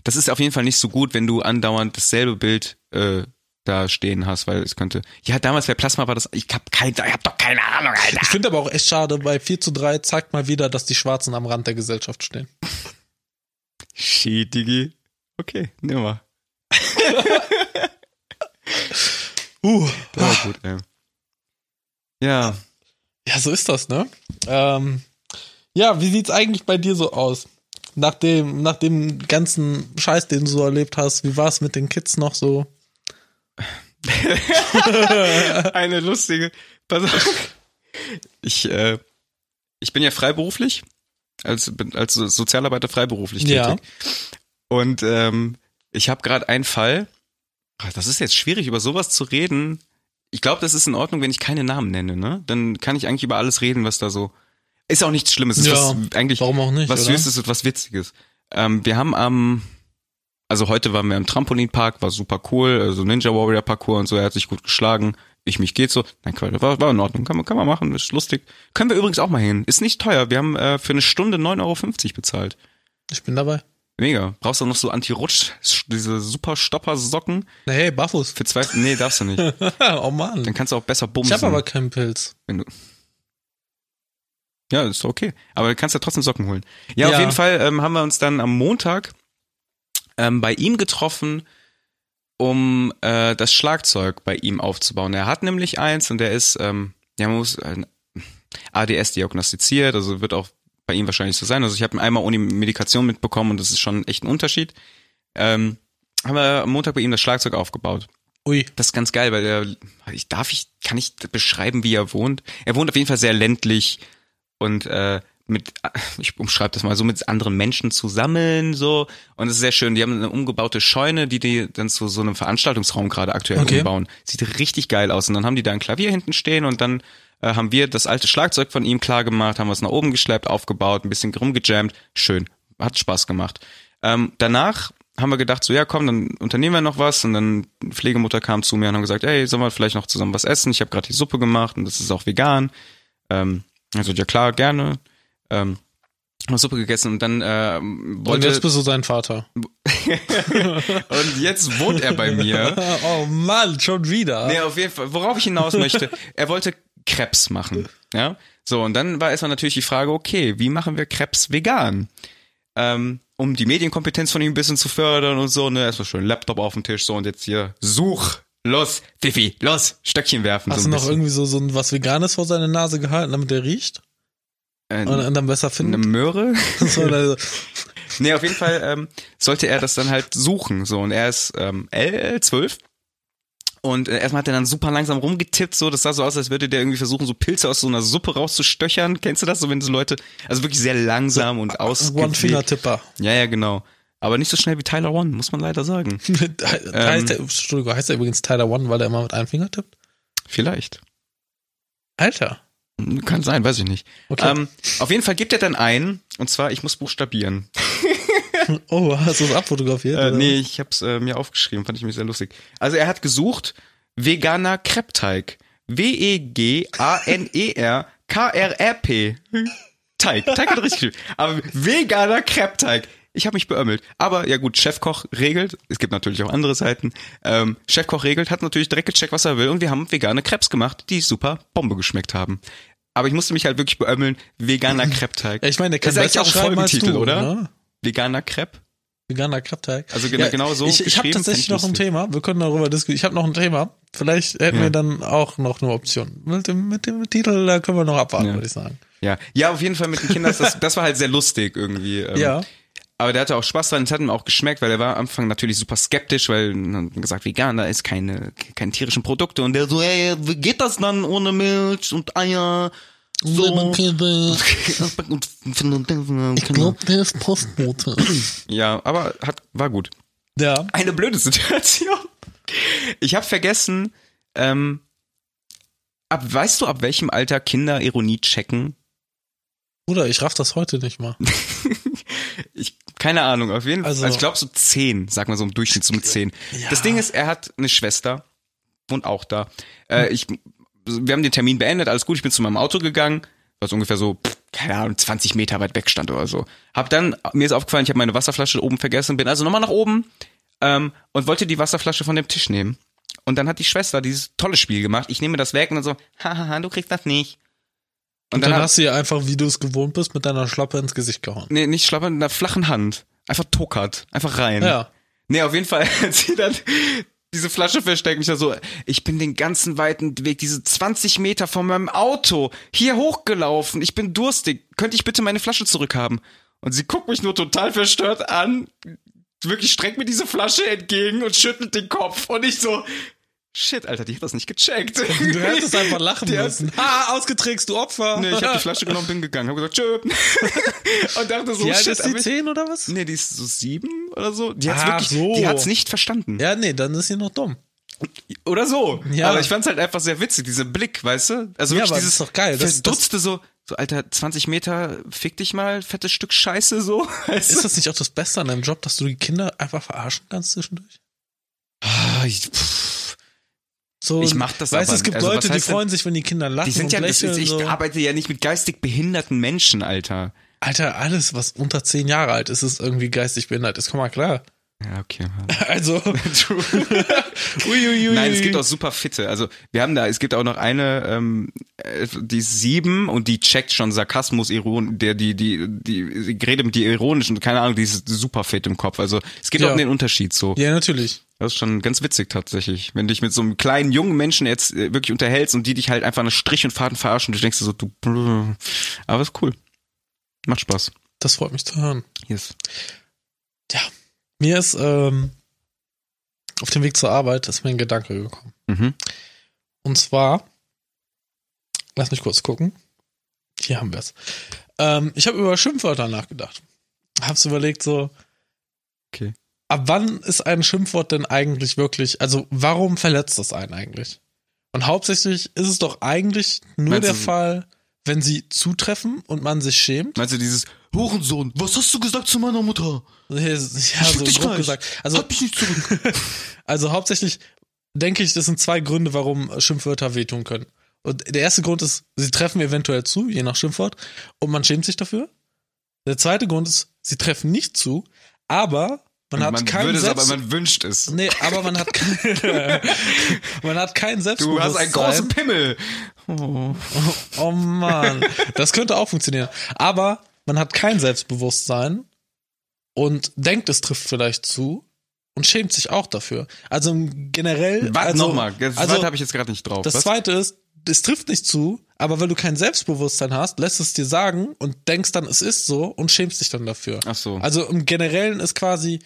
Speaker 2: Das ist auf jeden Fall nicht so gut, wenn du andauernd dasselbe Bild äh, da stehen hast, weil es könnte. Ja, damals bei Plasma war das. Ich hab keine, ich hab doch keine Ahnung, Alter.
Speaker 1: Ich finde aber auch echt schade, bei 4 zu 3 zeigt mal wieder, dass die Schwarzen am Rand der Gesellschaft stehen.
Speaker 2: Shit, Digi. Okay, nimm mal.
Speaker 1: Uh,
Speaker 2: Das war gut, ey. Ja,
Speaker 1: Ja, so ist das, ne? Ähm, ja, wie sieht's eigentlich bei dir so aus? Nach dem, nach dem ganzen Scheiß, den du so erlebt hast, wie war's mit den Kids noch so?
Speaker 2: eine lustige. Pass auf. Ich, äh, ich bin ja freiberuflich, als, bin als Sozialarbeiter freiberuflich tätig.
Speaker 1: Ja.
Speaker 2: Und ähm, ich habe gerade einen Fall. Ach, das ist jetzt schwierig, über sowas zu reden. Ich glaube, das ist in Ordnung, wenn ich keine Namen nenne, ne? Dann kann ich eigentlich über alles reden, was da so. Ist auch nichts Schlimmes. Ist
Speaker 1: Ja,
Speaker 2: was, eigentlich
Speaker 1: Warum auch nicht?
Speaker 2: was
Speaker 1: oder?
Speaker 2: Süßes und was Witziges. Ähm, wir haben am, also heute waren wir im Trampolinpark, war super cool, also Ninja Warrior Parkour und so, er hat sich gut geschlagen. Ich mich geht so. Nein, Quatsch, war, war in Ordnung, kann man, kann man machen, ist lustig. Können wir übrigens auch mal hin. Ist nicht teuer, wir haben äh, für eine Stunde 9,50 Euro bezahlt.
Speaker 1: Ich bin dabei.
Speaker 2: Mega. Brauchst du noch so Anti-Rutsch, diese super Stopper-Socken?
Speaker 1: Na, hey, barfuß.
Speaker 2: Für zwei, nee, darfst du nicht.
Speaker 1: oh
Speaker 2: Dann
Speaker 1: Mann.
Speaker 2: kannst du auch besser bumsen.
Speaker 1: Ich hab aber keinen Pilz.
Speaker 2: Wenn du ja, ist doch okay. Aber du kannst ja trotzdem Socken holen. Ja,
Speaker 1: Ja.
Speaker 2: auf jeden Fall ähm, haben wir uns dann am Montag ähm, bei ihm getroffen, um äh, das Schlagzeug bei ihm aufzubauen. Er hat nämlich eins und er ist, ähm, ja, man muss äh, ADS diagnostiziert, also wird auch bei ihm wahrscheinlich so sein. Also ich habe einmal ohne Medikation mitbekommen und das ist schon echt ein Unterschied. Ähm, haben wir am Montag bei ihm das Schlagzeug aufgebaut.
Speaker 1: Ui.
Speaker 2: Das ist ganz geil, weil er, ich darf ich, kann ich beschreiben, wie er wohnt? Er wohnt auf jeden Fall sehr ländlich und äh, mit, ich umschreibe das mal so, mit anderen Menschen zusammen so und es ist sehr schön. Die haben eine umgebaute Scheune, die die dann zu so einem Veranstaltungsraum gerade aktuell
Speaker 1: Okay.
Speaker 2: umbauen. Sieht richtig geil aus und dann haben die da ein Klavier hinten stehen und dann äh, haben wir das alte Schlagzeug von ihm klar gemacht, haben wir es nach oben geschleppt, aufgebaut, ein bisschen rumgejammt. Schön, hat Spaß gemacht. Ähm, danach haben wir gedacht, so ja, komm, dann unternehmen wir noch was. Und dann Pflegemutter kam zu mir und haben gesagt, ey, sollen wir vielleicht noch zusammen was essen? Ich habe gerade die Suppe gemacht und das ist auch vegan. Ähm, also ja klar, gerne. Ähm, hab Suppe gegessen und dann ähm,
Speaker 1: Und
Speaker 2: wollte
Speaker 1: jetzt bist du sein Vater.
Speaker 2: und jetzt wohnt er bei mir.
Speaker 1: oh Mann, schon wieder.
Speaker 2: Nee, auf jeden Fall. Worauf ich hinaus möchte, er wollte Krebs machen. Ja. So, und dann war erstmal natürlich die Frage, okay, wie machen wir Krebs vegan? Ähm, um die Medienkompetenz von ihm ein bisschen zu fördern und so, ne, erstmal schön Laptop auf dem Tisch, so und jetzt hier, such, los, Fifi, los, Stöckchen werfen.
Speaker 1: Hast
Speaker 2: so
Speaker 1: du
Speaker 2: ein
Speaker 1: noch irgendwie so, so ein was Veganes vor seine Nase gehalten, damit er riecht?
Speaker 2: bisschen.
Speaker 1: Und,
Speaker 2: Äh,
Speaker 1: und dann besser
Speaker 2: eine
Speaker 1: findet?
Speaker 2: Möhre?
Speaker 1: So, also,
Speaker 2: Nee, auf jeden Fall ähm, sollte er das dann halt suchen. So, und er ist ähm, L12. Und äh, erstmal hat er dann super langsam rumgetippt, so, das sah so aus, als würde der irgendwie versuchen, so Pilze aus so einer Suppe rauszustöchern. Kennst du das? So, wenn so Leute, also wirklich sehr langsam und aus.
Speaker 1: One-Finger-Tipper.
Speaker 2: Ja, ja, genau. Aber nicht so schnell wie Tyler One, muss man leider sagen.
Speaker 1: Äh, heißt,
Speaker 2: Ähm.
Speaker 1: der, Entschuldigung, heißt der übrigens Tyler One, weil er immer mit einem Finger tippt?
Speaker 2: Vielleicht.
Speaker 1: Alter.
Speaker 2: Kann sein, weiß ich nicht.
Speaker 1: Okay.
Speaker 2: Ähm, auf jeden Fall gibt er dann ein, und zwar, ich muss buchstabieren.
Speaker 1: Oh, hast du es abfotografiert?
Speaker 2: Äh,
Speaker 1: oder?
Speaker 2: nee, ich hab's äh, mir aufgeschrieben, fand ich mich sehr lustig. Also er hat gesucht veganer Kreppteig. E W-E-G-A-N-E-R K-R-R-P. Teig. Teig hat richtig geschrieben. Aber veganer Kreppteig. Ich habe mich beömmelt. Aber ja gut, Chefkoch regelt. Es gibt natürlich auch andere Seiten. Ähm, Chefkoch regelt, hat natürlich direkt gecheckt, was er will. Und wir haben vegane Crepes gemacht, die super Bombe geschmeckt haben. Aber ich musste mich halt wirklich beömmeln. Veganer Kreppteig.
Speaker 1: Ja, ich meine, der kann
Speaker 2: Das ist
Speaker 1: besser
Speaker 2: eigentlich auch ein
Speaker 1: schreiben als
Speaker 2: Folgentitel,
Speaker 1: du,
Speaker 2: oder?
Speaker 1: Ne?
Speaker 2: Veganer Crepe.
Speaker 1: Veganer Kreppteig.
Speaker 2: Also genau- genau so
Speaker 1: Ich, ich habe
Speaker 2: geschrieben,
Speaker 1: tatsächlich
Speaker 2: fänd ich
Speaker 1: noch ein Thema. Wir können darüber diskutieren. Ich habe noch ein Thema. Vielleicht hätten
Speaker 2: Ja.
Speaker 1: wir dann auch noch eine Option. Mit dem, mit dem Titel da können wir noch abwarten,
Speaker 2: Ja.
Speaker 1: würde ich sagen.
Speaker 2: Ja, ja, auf jeden Fall mit den Kindern, das, das war halt sehr lustig irgendwie. Ähm,
Speaker 1: Ja.
Speaker 2: Aber der hatte auch Spaß dran, es hat ihm auch geschmeckt, weil er war am Anfang natürlich super skeptisch, weil er hat gesagt, vegan, da ist keine, keine tierischen Produkte. Und der so, ey, wie geht das dann ohne Milch und Eier? So.
Speaker 3: Ich glaube, der ist Postbote.
Speaker 2: Ja, aber hat, war gut.
Speaker 1: Ja.
Speaker 2: Eine blöde Situation. Ich habe vergessen, ähm, ab, weißt du, ab welchem Alter Kinder Ironie checken?
Speaker 1: Bruder, ich raff das heute nicht mal.
Speaker 2: Ich, keine Ahnung, auf jeden Fall.
Speaker 1: Also-
Speaker 2: Also, ich glaube so zehn, sag mal so im Durchschnitt so mit zehn.
Speaker 1: Ja.
Speaker 2: Das Ding ist, er hat eine Schwester, wohnt auch da.
Speaker 1: Hm.
Speaker 2: Äh, ich, wir haben den Termin beendet, alles gut, ich bin zu meinem Auto gegangen, was ungefähr so, pff, keine Ahnung, 20 Meter weit weg stand oder so. Hab dann, mir ist aufgefallen, ich habe meine Wasserflasche oben vergessen, bin also nochmal nach oben ähm, und wollte die Wasserflasche von dem Tisch nehmen. Und dann hat die Schwester dieses tolle Spiel gemacht. Ich nehme das weg und dann so, hahaha, du kriegst das nicht.
Speaker 1: Und dann,
Speaker 2: hat-
Speaker 1: hast du ihr einfach, wie du es gewohnt bist, mit deiner Schlappe ins Gesicht gehauen.
Speaker 2: Nee, nicht schlappern, mit einer flachen Hand. Einfach tokert. Einfach rein.
Speaker 1: Ja.
Speaker 2: Nee, auf jeden Fall hat sie dann diese Flasche versteckt. Ich da so, ich bin den ganzen weiten Weg, diese 20 Meter von meinem Auto, hier hochgelaufen. Ich bin durstig. Könnte ich bitte meine Flasche zurückhaben? Und sie guckt mich nur total verstört an, wirklich streckt mir diese Flasche entgegen und schüttelt den Kopf. Und ich so, shit, Alter, die hat das nicht gecheckt.
Speaker 1: Du hättest einfach lachen
Speaker 2: Die hat-
Speaker 1: müssen. Ah, ausgetrickst, du Opfer.
Speaker 2: Nee, ich hab die Flasche genommen, bin gegangen, hab gesagt, tschö. und dachte so,
Speaker 1: Wie alt
Speaker 2: shit,
Speaker 1: ist
Speaker 2: aber
Speaker 1: die
Speaker 2: ich-
Speaker 1: 10 oder was?
Speaker 2: Nee, die ist so sieben oder Ah, so. Die hat's
Speaker 1: Ach
Speaker 2: wirklich,
Speaker 1: so.
Speaker 2: die hat's nicht verstanden.
Speaker 1: Ja, nee, dann ist sie noch dumm.
Speaker 2: Oder so.
Speaker 1: Ja.
Speaker 2: Aber ich fand's halt einfach sehr witzig, dieser Blick, weißt du? Also
Speaker 1: Ja,
Speaker 2: wirklich
Speaker 1: aber das
Speaker 2: dieses
Speaker 1: ist doch geil. Das-
Speaker 2: verdutzte so, so alter 20 Meter, fick dich mal, fettes Stück Scheiße so. Weißt
Speaker 1: Ist das nicht auch das Beste an deinem Job, dass du die Kinder einfach verarschen kannst zwischendurch?
Speaker 2: Ah, ich, pff,
Speaker 1: So,
Speaker 2: Ich mach das
Speaker 1: weißt, du,
Speaker 2: aber
Speaker 1: es gibt
Speaker 2: nicht. Also,
Speaker 1: Leute,
Speaker 2: was
Speaker 1: die
Speaker 2: heißt denn-
Speaker 1: freuen sich, wenn die Kinder lachen
Speaker 2: die sind
Speaker 1: und
Speaker 2: ja, das,
Speaker 1: lächeln.
Speaker 2: ich
Speaker 1: so.
Speaker 2: arbeite ja nicht mit geistig behinderten Menschen, Alter.
Speaker 1: Alter, alles, was unter zehn Jahre alt ist, ist irgendwie geistig behindert. Ist komm mal klar.
Speaker 2: Ja, okay.
Speaker 1: Also, uiuiui.
Speaker 2: Nein, es gibt auch super fitte. Also wir haben da, es gibt auch noch eine, ähm, äh, die ist sieben und die checkt schon Sarkasmus, Iron, der die die die, die redet mit die ironisch und keine Ahnung, die ist super fit im Kopf. Also es gibt
Speaker 1: Ja.
Speaker 2: auch den Unterschied so.
Speaker 1: Ja, natürlich.
Speaker 2: Das ist schon ganz witzig tatsächlich, wenn du dich mit so einem kleinen jungen Menschen jetzt äh, wirklich unterhältst und die dich halt einfach nach Strich und Faden verarschen. Du denkst dir so, du, brr. aber ist cool, macht Spaß.
Speaker 1: Das freut mich zu hören.
Speaker 2: Yes.
Speaker 1: Mir ist ähm, auf dem Weg zur Arbeit ist mir ein Gedanke gekommen.
Speaker 2: Mhm.
Speaker 1: Und zwar, lass mich kurz gucken. Hier haben wir es. Ähm, ich habe über Schimpfwörter nachgedacht. Hab's überlegt, so.
Speaker 2: Okay.
Speaker 1: Ab wann ist ein Schimpfwort denn eigentlich wirklich? Also, warum verletzt das einen eigentlich? Und hauptsächlich ist es doch eigentlich nur
Speaker 2: Meinst
Speaker 1: der
Speaker 2: du-
Speaker 1: Fall, wenn sie zutreffen und man sich schämt.
Speaker 2: Meinst du dieses?
Speaker 3: Hurensohn, was hast du gesagt zu meiner Mutter?
Speaker 1: Ja, so
Speaker 3: dich
Speaker 1: grob
Speaker 3: gleich.
Speaker 1: gesagt. Also,
Speaker 2: Halt
Speaker 3: Hab ich nicht zurück.
Speaker 1: also hauptsächlich denke ich, das sind zwei Gründe, warum Schimpfwörter wehtun können. Und der erste Grund ist, sie treffen eventuell zu, je nach Schimpfwort, und man schämt sich dafür. Der zweite Grund ist, sie treffen nicht zu, aber man hat
Speaker 2: man
Speaker 1: keinen
Speaker 2: würde es, aber
Speaker 1: Selbst
Speaker 2: man wünscht es.
Speaker 1: Nee, aber man hat kein, man hat kein
Speaker 2: Du
Speaker 1: Selbstbewusstsein.
Speaker 2: hast einen großen Pimmel.
Speaker 1: Oh Mann, das könnte auch funktionieren. Aber man hat kein Selbstbewusstsein und denkt, es trifft vielleicht zu und schämt sich auch dafür. Also generell.
Speaker 2: Was
Speaker 1: also,
Speaker 2: nochmal? Das
Speaker 1: also
Speaker 2: also, habe ich jetzt gerade nicht drauf.
Speaker 1: das
Speaker 2: Was?
Speaker 1: zweite ist, es trifft nicht zu, aber weil du kein Selbstbewusstsein hast, lässt es dir sagen und denkst dann, es ist so und schämst dich dann dafür.
Speaker 2: Ach so.
Speaker 1: Also im Generellen ist quasi,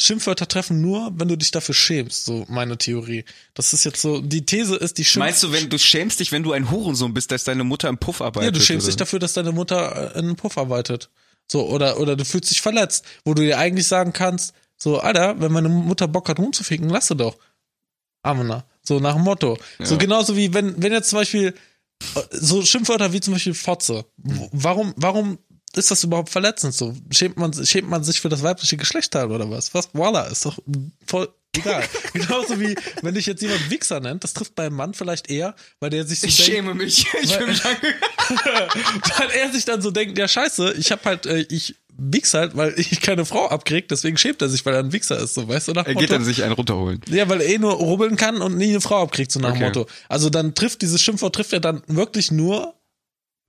Speaker 1: Schimpfwörter treffen nur, wenn du dich dafür schämst, so meine Theorie. Das ist jetzt so, die These ist, die Schimpf
Speaker 2: Meinst du, wenn du schämst dich, wenn du ein Hurensohn bist, dass deine Mutter im Puff arbeitet?
Speaker 1: Ja, du schämst
Speaker 2: oder?
Speaker 1: dich dafür, dass deine Mutter äh, in einem Puff arbeitet. So, oder, oder du fühlst dich verletzt, wo du dir eigentlich sagen kannst, so, Alter, wenn meine Mutter Bock hat, rumzuficken, lass sie doch. Amena. So nach dem Motto. So genauso wie wenn, wenn jetzt zum Beispiel äh, so Schimpfwörter wie zum Beispiel Fotze. W- Warum, warum ist das überhaupt verletzend so? Schämt man, schämt man sich für das weibliche Geschlecht teil oder was? Was? Voila, ist doch voll egal. genauso wie wenn dich jetzt jemand Wichser nennt, das trifft beim Mann vielleicht eher, weil der sich so
Speaker 2: Ich
Speaker 1: denkt,
Speaker 2: schäme mich. Ich
Speaker 1: Weil-
Speaker 2: will mich ange
Speaker 1: weil er sich dann so denkt, ja scheiße, ich hab halt, äh, ich wichs halt, weil ich keine Frau abkrieg, deswegen schämt er sich, weil er ein Wichser ist, so weißt du, nach
Speaker 2: Er geht
Speaker 1: Motto-
Speaker 2: dann sich einen runterholen.
Speaker 1: ja, weil er eh nur rubbeln kann und nie eine Frau abkriegt, so nach dem
Speaker 2: Okay.
Speaker 1: Motto. Also dann trifft dieses Schimpfwort, trifft er dann wirklich nur,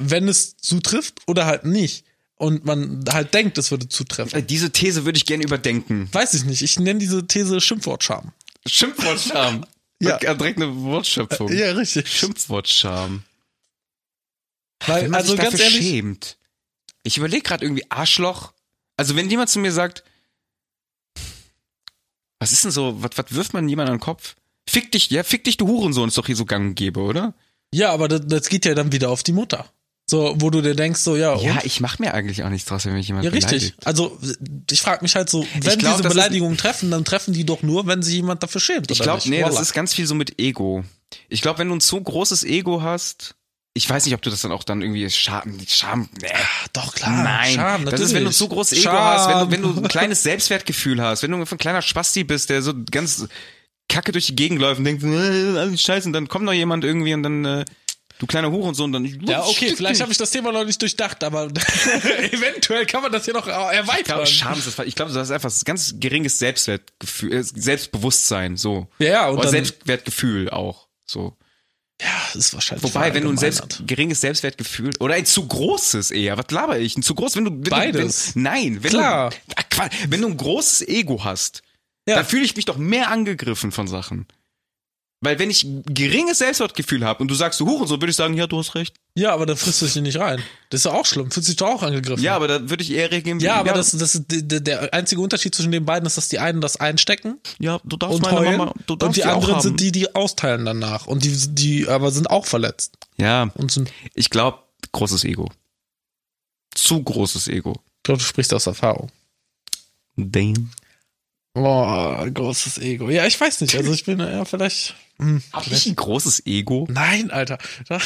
Speaker 1: wenn es zutrifft oder halt nicht. Und man halt denkt, es würde zutreffen.
Speaker 2: Diese These würde ich gerne überdenken.
Speaker 1: Weiß ich nicht, ich nenne diese These Schimpfwortscham.
Speaker 2: Schimpfwortscham.
Speaker 1: Ja. Äh,
Speaker 2: Ja. Direkt eine Wortschöpfung.
Speaker 1: richtig.
Speaker 2: Schimpfwortscham.
Speaker 1: Weil,
Speaker 2: Wenn man
Speaker 1: also
Speaker 2: sich
Speaker 1: ganz
Speaker 2: dafür
Speaker 1: ehrlich,
Speaker 2: schämt. Ich überlege gerade irgendwie Arschloch. Also wenn jemand zu mir sagt, was ist denn so, was, was wirft man jemandem an den Kopf? Fick dich, ja, fick dich, du Hurensohn, ist doch hier so gang und gäbe, oder?
Speaker 1: ja, aber das, das geht ja dann wieder auf die Mutter. So, wo du dir denkst, so, ja, und?
Speaker 2: Ja, ich mache mir eigentlich auch nichts draus, wenn mich jemand
Speaker 1: Ja, richtig.
Speaker 2: beleidigt.
Speaker 1: Also, ich frage mich halt so, wenn
Speaker 2: glaub,
Speaker 1: diese
Speaker 2: das ist-
Speaker 1: Beleidigungen treffen, dann treffen die doch nur, wenn sich jemand dafür schämt.
Speaker 2: Ich
Speaker 1: oder
Speaker 2: glaube,
Speaker 1: nicht?
Speaker 2: nee, das
Speaker 1: Voila.
Speaker 2: ist ganz viel so mit Ego. Ich glaube, wenn du ein so großes Ego hast, ich weiß nicht, ob du das dann auch dann irgendwie Scham, Scham, nee.
Speaker 1: Ach, doch klar.
Speaker 2: Nein,
Speaker 1: Scham,
Speaker 2: das ist, wenn du ein
Speaker 1: natürlich.
Speaker 2: so großes Ego
Speaker 1: Scham.
Speaker 2: hast, wenn du, wenn du ein kleines Selbstwertgefühl hast, wenn du einfach ein kleiner Spasti bist, der so ganz kacke durch die Gegend läuft und denkt, äh, alles scheiße, und dann kommt noch jemand irgendwie und dann, äh, du kleiner Hurensohn, dann,
Speaker 1: Ja, okay, vielleicht habe ich das Thema noch nicht durchdacht, aber eventuell kann man das hier noch
Speaker 2: Ich
Speaker 1: erweitern.
Speaker 2: glaube, Scham ist das Fall. Ich glaube, das ist einfach ein ganz geringes Selbstwertgefühl, äh, Selbstbewusstsein, so.
Speaker 1: Ja, ja, und
Speaker 2: Oder
Speaker 1: dann-
Speaker 2: Selbstwertgefühl auch, so.
Speaker 1: Ja, das ist wahrscheinlich.
Speaker 2: Wobei, wenn du ein selbst,
Speaker 1: verallgemeinert.
Speaker 2: geringes Selbstwertgefühl oder ein zu großes eher, was laber ich? Ein zu groß, wenn du wenn, du-
Speaker 1: Beides.
Speaker 2: Wenn, nein, wenn
Speaker 1: Klar.
Speaker 2: du Ah, Quatsch, wenn du ein großes Ego hast,
Speaker 1: Ja.
Speaker 2: dann fühle ich mich doch mehr angegriffen von Sachen. Weil wenn ich ein geringes Selbstwertgefühl habe und du sagst du Hurensohn, würde ich sagen, ja, du hast recht.
Speaker 1: Ja, aber dann frisst du dich nicht rein. Das ist ja auch schlimm. Fühlst dich doch auch angegriffen.
Speaker 2: Ja, aber da würde ich eher reagieren.
Speaker 1: Ja, aber Das, das, ist- der- der einzige Unterschied zwischen den beiden ist, dass die einen das einstecken
Speaker 2: ja, du darfst
Speaker 1: und
Speaker 2: meine
Speaker 1: heulen
Speaker 2: Mama, du darfst
Speaker 1: und die
Speaker 2: auch
Speaker 1: anderen
Speaker 2: haben.
Speaker 1: sind die, die austeilen danach und die, die aber sind auch verletzt
Speaker 2: Ja,
Speaker 1: und sind
Speaker 2: ich glaube, großes Ego. Zu großes Ego.
Speaker 1: Ich glaube, du sprichst aus Erfahrung.
Speaker 2: Damn.
Speaker 1: Boah, großes Ego. Ja, ich weiß nicht. Also ich bin ja vielleicht. Hm.
Speaker 2: Hab ich ein großes Ego?
Speaker 1: Nein, Alter. Da-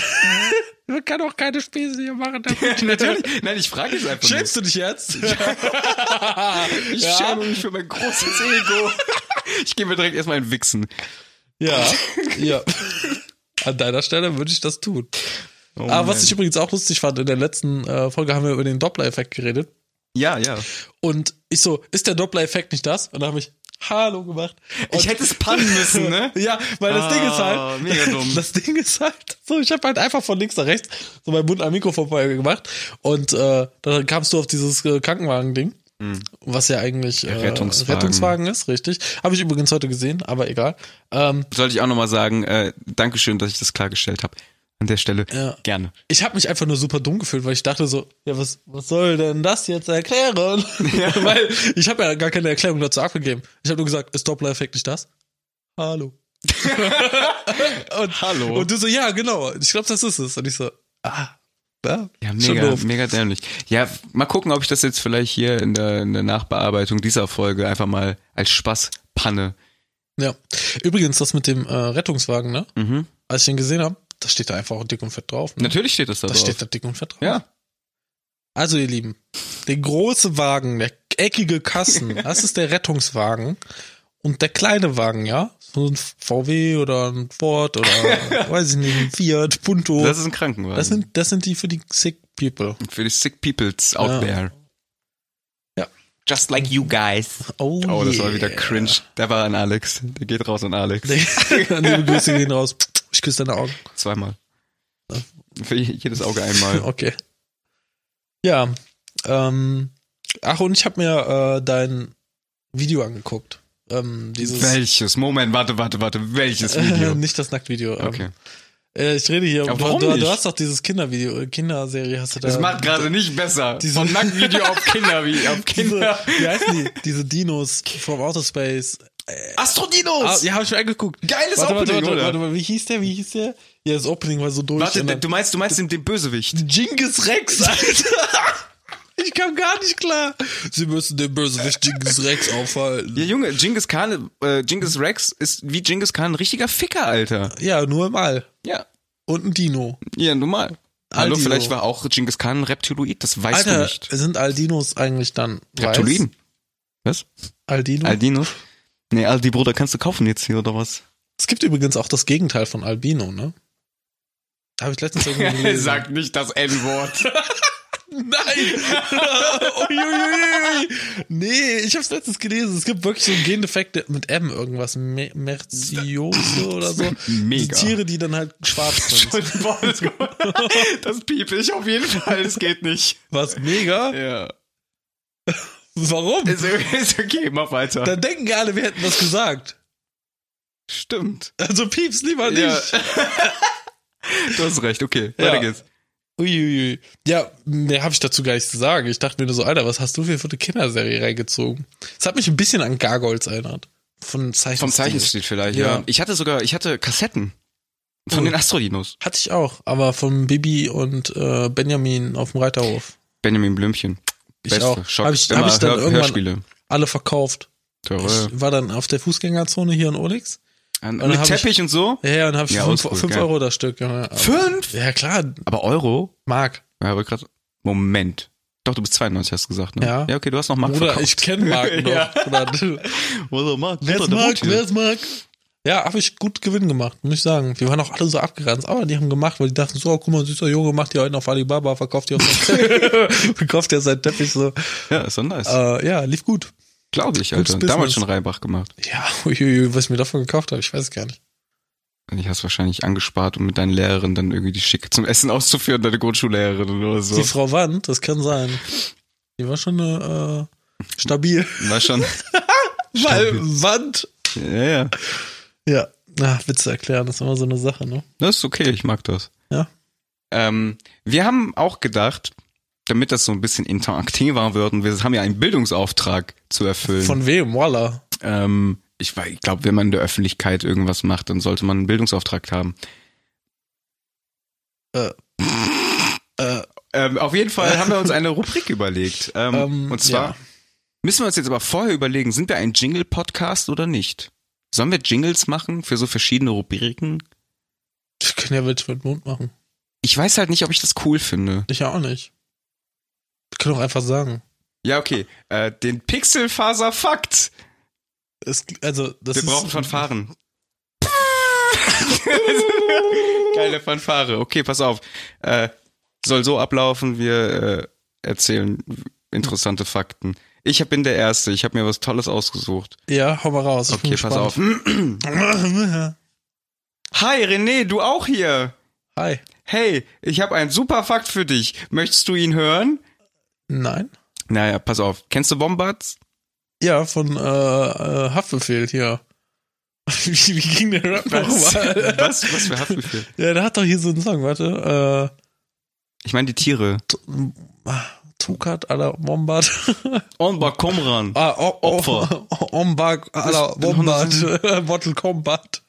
Speaker 1: Man kann auch keine Späße hier machen.
Speaker 2: Natürlich. Nein, ich frage es einfach nur.
Speaker 1: Schämst du dich jetzt?
Speaker 2: Ich
Speaker 1: Ja.
Speaker 2: schäme mich für mein großes Ego. Ich gehe mir direkt erstmal ein Wichsen.
Speaker 1: ja. ja. An deiner Stelle würde ich das tun.
Speaker 2: Oh
Speaker 1: Aber
Speaker 2: Mann.
Speaker 1: was ich übrigens auch lustig fand, in der letzten äh, Folge haben wir über den Doppler-Effekt geredet.
Speaker 2: Ja, ja.
Speaker 1: Und ich so, ist der Doppler-Effekt nicht das? Und da habe ich Hallo gemacht. Und
Speaker 2: Ich hätte es pannen müssen, ne?
Speaker 1: Ja, weil das
Speaker 2: Ah,
Speaker 1: Ding ist halt.
Speaker 2: mega dumm.
Speaker 1: Das Ding ist halt. So, ich habe halt einfach von links nach rechts so meinen Mund am Mikrofon vorher gemacht. Und äh, dann kamst du auf dieses äh, Krankenwagen-Ding. Was ja eigentlich äh,
Speaker 2: Hm. Rettungswagen.
Speaker 1: Rettungswagen ist, richtig. Habe ich übrigens heute gesehen, aber egal. Ähm,
Speaker 2: Sollte ich auch nochmal sagen, äh, Dankeschön, dass ich das klargestellt habe. An der Stelle.
Speaker 1: Ja.
Speaker 2: Gerne.
Speaker 1: ich habe mich einfach nur super dumm gefühlt, weil ich dachte so, ja, was, was soll denn das jetzt erklären? weil ich habe ja gar keine Erklärung dazu abgegeben. Ich habe nur gesagt, ist Doppler-Effekt nicht das? Hallo. und,
Speaker 2: Hallo.
Speaker 1: Und du so, ja, genau. Ich glaube, das ist es. Und ich so, ah, ja,
Speaker 2: ja,
Speaker 1: schon
Speaker 2: mega,
Speaker 1: doof.
Speaker 2: mega dämlich. Ja, mal gucken, ob ich das jetzt vielleicht hier in der, in der Nachbearbeitung dieser Folge einfach mal als Spaß panne.
Speaker 1: Ja. Übrigens, das mit dem äh, Rettungswagen, ne?
Speaker 2: Mhm.
Speaker 1: Als ich den gesehen habe, da steht da einfach auch dick und fett drauf. Ne?
Speaker 2: Natürlich steht das da
Speaker 1: Da
Speaker 2: drauf.
Speaker 1: steht da dick und fett drauf.
Speaker 2: ja.
Speaker 1: Also, ihr Lieben, der große Wagen, der eckige Kasten, das ist der Rettungswagen. und der kleine Wagen, ja? So ein VW oder ein Ford oder weiß ich nicht, ein Fiat, Punto.
Speaker 2: Das ist ein Krankenwagen.
Speaker 1: Oh. Das sind, das sind die für die Sick People.
Speaker 2: Für die sick peoples out
Speaker 1: Ja.
Speaker 2: there.
Speaker 1: Ja.
Speaker 2: Just like you guys.
Speaker 1: Oh,
Speaker 2: Oh, das
Speaker 1: yeah.
Speaker 2: war wieder cringe. Der war an Alex. Der geht raus an Alex.
Speaker 1: Liebe Grüße gehen raus. Ich küsse deine Augen.
Speaker 2: Zweimal. Für je- jedes Auge einmal.
Speaker 1: Okay. Ja. Ähm, ach, und ich habe mir äh, dein Video angeguckt. Ähm, dieses
Speaker 2: Welches? Moment, warte, warte, warte. Welches Video?
Speaker 1: nicht das Nacktvideo. ähm,
Speaker 2: Okay.
Speaker 1: Äh, ich rede hier.
Speaker 2: Ja,
Speaker 1: du-
Speaker 2: warum
Speaker 1: du,
Speaker 2: nicht?
Speaker 1: du hast doch dieses Kindervideo, äh, Kinderserie hast du da.
Speaker 2: Das macht gerade nicht besser.
Speaker 1: diese-
Speaker 2: Von Nacktvideo auf Kinder, wie auf
Speaker 1: diese,
Speaker 2: Kinder.
Speaker 1: Wie heißen die? Diese Dinos from Outer Space. Ah,
Speaker 2: Astrodinos!
Speaker 1: ja, habe ich mir angeguckt.
Speaker 2: Geiles
Speaker 1: warte,
Speaker 2: Opening,
Speaker 1: warte, warte,
Speaker 2: oder?
Speaker 1: warte, warte, wie hieß der? Wie hieß der? Ja, das Opening war so durch.
Speaker 2: Warte,
Speaker 1: und
Speaker 2: du
Speaker 1: dann-
Speaker 2: meinst, du meinst den, den
Speaker 1: Hm.
Speaker 2: Bösewicht.
Speaker 1: Genghis Rex, Alter. Ich kam gar nicht klar. Sie müssen den Bösewicht Genghis Rex aufhalten.
Speaker 2: Ja, Junge, Genghis Khan, äh, Genghis Rex ist wie Genghis Khan ein richtiger Ficker, Alter.
Speaker 1: Ja, nur im All.
Speaker 2: Ja.
Speaker 1: Und ein Dino.
Speaker 2: Ja, normal. Hallo,
Speaker 1: Aldino.
Speaker 2: vielleicht war auch Genghis Khan ein Reptiloid, das weißt du
Speaker 1: Alter,
Speaker 2: nicht.
Speaker 1: sind Aldinos eigentlich dann weiß?
Speaker 2: Reptiloiden. Was?
Speaker 1: Aldino?
Speaker 2: Aldinos? Nee, Aldi, Bruder, kannst du kaufen jetzt hier oder was?
Speaker 1: es gibt übrigens auch das Gegenteil von Albino, ne? Habe ich letztens irgendwo gelesen.
Speaker 2: nicht das N-Wort.
Speaker 1: Nein! Uiuiui. nee, ich hab's letztens gelesen. Es gibt wirklich so einen Gendefekt der- mit M irgendwas. Me Merziose oder so.
Speaker 2: Mega.
Speaker 1: Die Tiere, die dann halt schwarz sind.
Speaker 2: das piepe ich auf jeden Fall, es geht nicht.
Speaker 1: Was? Mega?
Speaker 2: Ja.
Speaker 1: Warum?
Speaker 2: Ist, ist okay, mach weiter.
Speaker 1: Dann denken alle, wir hätten was gesagt.
Speaker 2: Stimmt.
Speaker 1: Also pieps lieber nicht.
Speaker 2: Ja. Du hast recht, okay.
Speaker 1: Ja.
Speaker 2: Weiter geht's.
Speaker 1: Uiuiui. Ja, mehr habe ich dazu gar nichts zu sagen. Ich dachte mir nur so, Alter, was hast du für eine Kinderserie reingezogen? Es hat mich ein bisschen an Gargoyles erinnert. Von Zeichen.
Speaker 2: Vom Zeichenstil vielleicht, ja.
Speaker 1: Ja.
Speaker 2: Ich hatte sogar, ich hatte Kassetten von
Speaker 1: Oh.
Speaker 2: den Astrodinos.
Speaker 1: Hatte ich auch, aber von Bibi und äh, Benjamin auf dem Reiterhof.
Speaker 2: Benjamin Blümchen.
Speaker 1: Ich
Speaker 2: Beste.
Speaker 1: auch.
Speaker 2: Schock.
Speaker 1: Hab ich-
Speaker 2: Immer
Speaker 1: hab ich dann
Speaker 2: Hör,
Speaker 1: irgendwann-
Speaker 2: Hörspiele. Oh
Speaker 1: Alle verkauft.
Speaker 2: Terror.
Speaker 1: Ich war dann auf der Fußgängerzone hier in Olix.
Speaker 2: An-
Speaker 1: dann
Speaker 2: Mit
Speaker 1: hab ich-
Speaker 2: Teppich und so.
Speaker 1: Ja, Ja, und habe ich
Speaker 2: Ja,
Speaker 1: fünf
Speaker 2: oldschool,
Speaker 1: fünf
Speaker 2: geil.
Speaker 1: Euro das Stück. Junge. Aber-
Speaker 2: Fünf?
Speaker 1: Ja, klar,
Speaker 2: Aber Euro?
Speaker 1: Mark.
Speaker 2: Ja, aber grad, Moment. Doch, du bist 92, hast du gesagt, ne?
Speaker 1: Ja.
Speaker 2: Ja, okay, du hast noch Mark
Speaker 1: Bruder,
Speaker 2: verkauft.
Speaker 1: ich kenne Mark noch.
Speaker 2: Ja.
Speaker 1: Bruder.
Speaker 2: Oder Mark,
Speaker 1: Wer ist Mark? Wer ist Mark? Ja, habe ich gut Gewinn gemacht, muss ich sagen. Wir waren auch alle so abgeranzt, aber die haben gemacht, weil die dachten so, oh, guck mal, süßer Junge, macht ihr heute auf Alibaba, verkauft ihr auf seinen Teppich, verkauft ihr seinen Teppich so.
Speaker 2: Ja, ist doch nice.
Speaker 1: Äh, ja, lief gut.
Speaker 2: Glaube ich,
Speaker 1: gutes
Speaker 2: Alter. Damals
Speaker 1: Business.
Speaker 2: schon Reibach gemacht.
Speaker 1: Ja, uiuiui, was ich mir davon gekauft habe, ich weiß gar nicht.
Speaker 2: Ich hast wahrscheinlich angespart, um mit deinen Lehrerinnen dann irgendwie die Schicke zum Essen auszuführen, deine Grundschullehrerin oder so.
Speaker 1: Die Frau Wand, das kann sein. Die war schon eine, äh, stabil.
Speaker 2: War schon.
Speaker 1: Weil Wand.
Speaker 2: Ja, ja.
Speaker 1: Ja, na, Witze erklären, das ist immer so eine Sache, ne?
Speaker 2: Das ist okay, ich mag das.
Speaker 1: Ja.
Speaker 2: Ähm, wir haben auch gedacht, damit das so ein bisschen interaktiver wird, und wir haben ja einen Bildungsauftrag zu erfüllen.
Speaker 1: Von wem? Walla.
Speaker 2: ähm, ich wei- ich glaube, wenn man in der Öffentlichkeit irgendwas macht, dann sollte man einen Bildungsauftrag haben.
Speaker 1: Äh. Äh.
Speaker 2: Ähm, auf jeden Fall haben wir uns eine Rubrik überlegt. Ähm,
Speaker 1: Ähm,
Speaker 2: und zwar
Speaker 1: ja.
Speaker 2: müssen wir uns jetzt aber vorher überlegen, sind wir ein Jingle-Podcast oder nicht? Sollen wir Jingles machen für so verschiedene Rubriken?
Speaker 1: Ich kann ja welche mit Mund machen.
Speaker 2: Ich weiß halt nicht, ob ich das cool finde.
Speaker 1: Ich ja auch nicht. Wir können auch einfach sagen.
Speaker 2: Ja, okay. Äh, den Pixelfaser-Fakt.
Speaker 1: Es, also, das
Speaker 2: Wir
Speaker 1: ist,
Speaker 2: brauchen Fanfaren. Geile Fanfare. Okay, pass auf. Äh, soll so ablaufen, wir äh, erzählen interessante Fakten. Ich hab- bin der Erste, ich habe mir was Tolles ausgesucht.
Speaker 1: Ja, hau mal raus. ich bin
Speaker 2: Okay, pass auf.
Speaker 1: gespannt.
Speaker 2: Hi René, du auch hier.
Speaker 1: Hi.
Speaker 2: Hey, ich habe einen super Fakt für dich. Möchtest du ihn hören?
Speaker 1: Nein?
Speaker 2: Naja, pass auf. Kennst du Bombards?
Speaker 1: Ja, von äh, äh, Haftbefehl hier. wie, wie ging der Rap nochmal?
Speaker 2: was, was für Haftbefehl?
Speaker 1: Ja, der hat doch hier so einen Song, warte.
Speaker 2: Ich meine die Tiere.
Speaker 1: Äh, Tukat à la Bombard.
Speaker 2: Onba Komran.
Speaker 1: ah, oh, oh,
Speaker 2: Opfer.
Speaker 1: Ombak à la
Speaker 2: Das-
Speaker 1: Bombard. Mortal Kombat.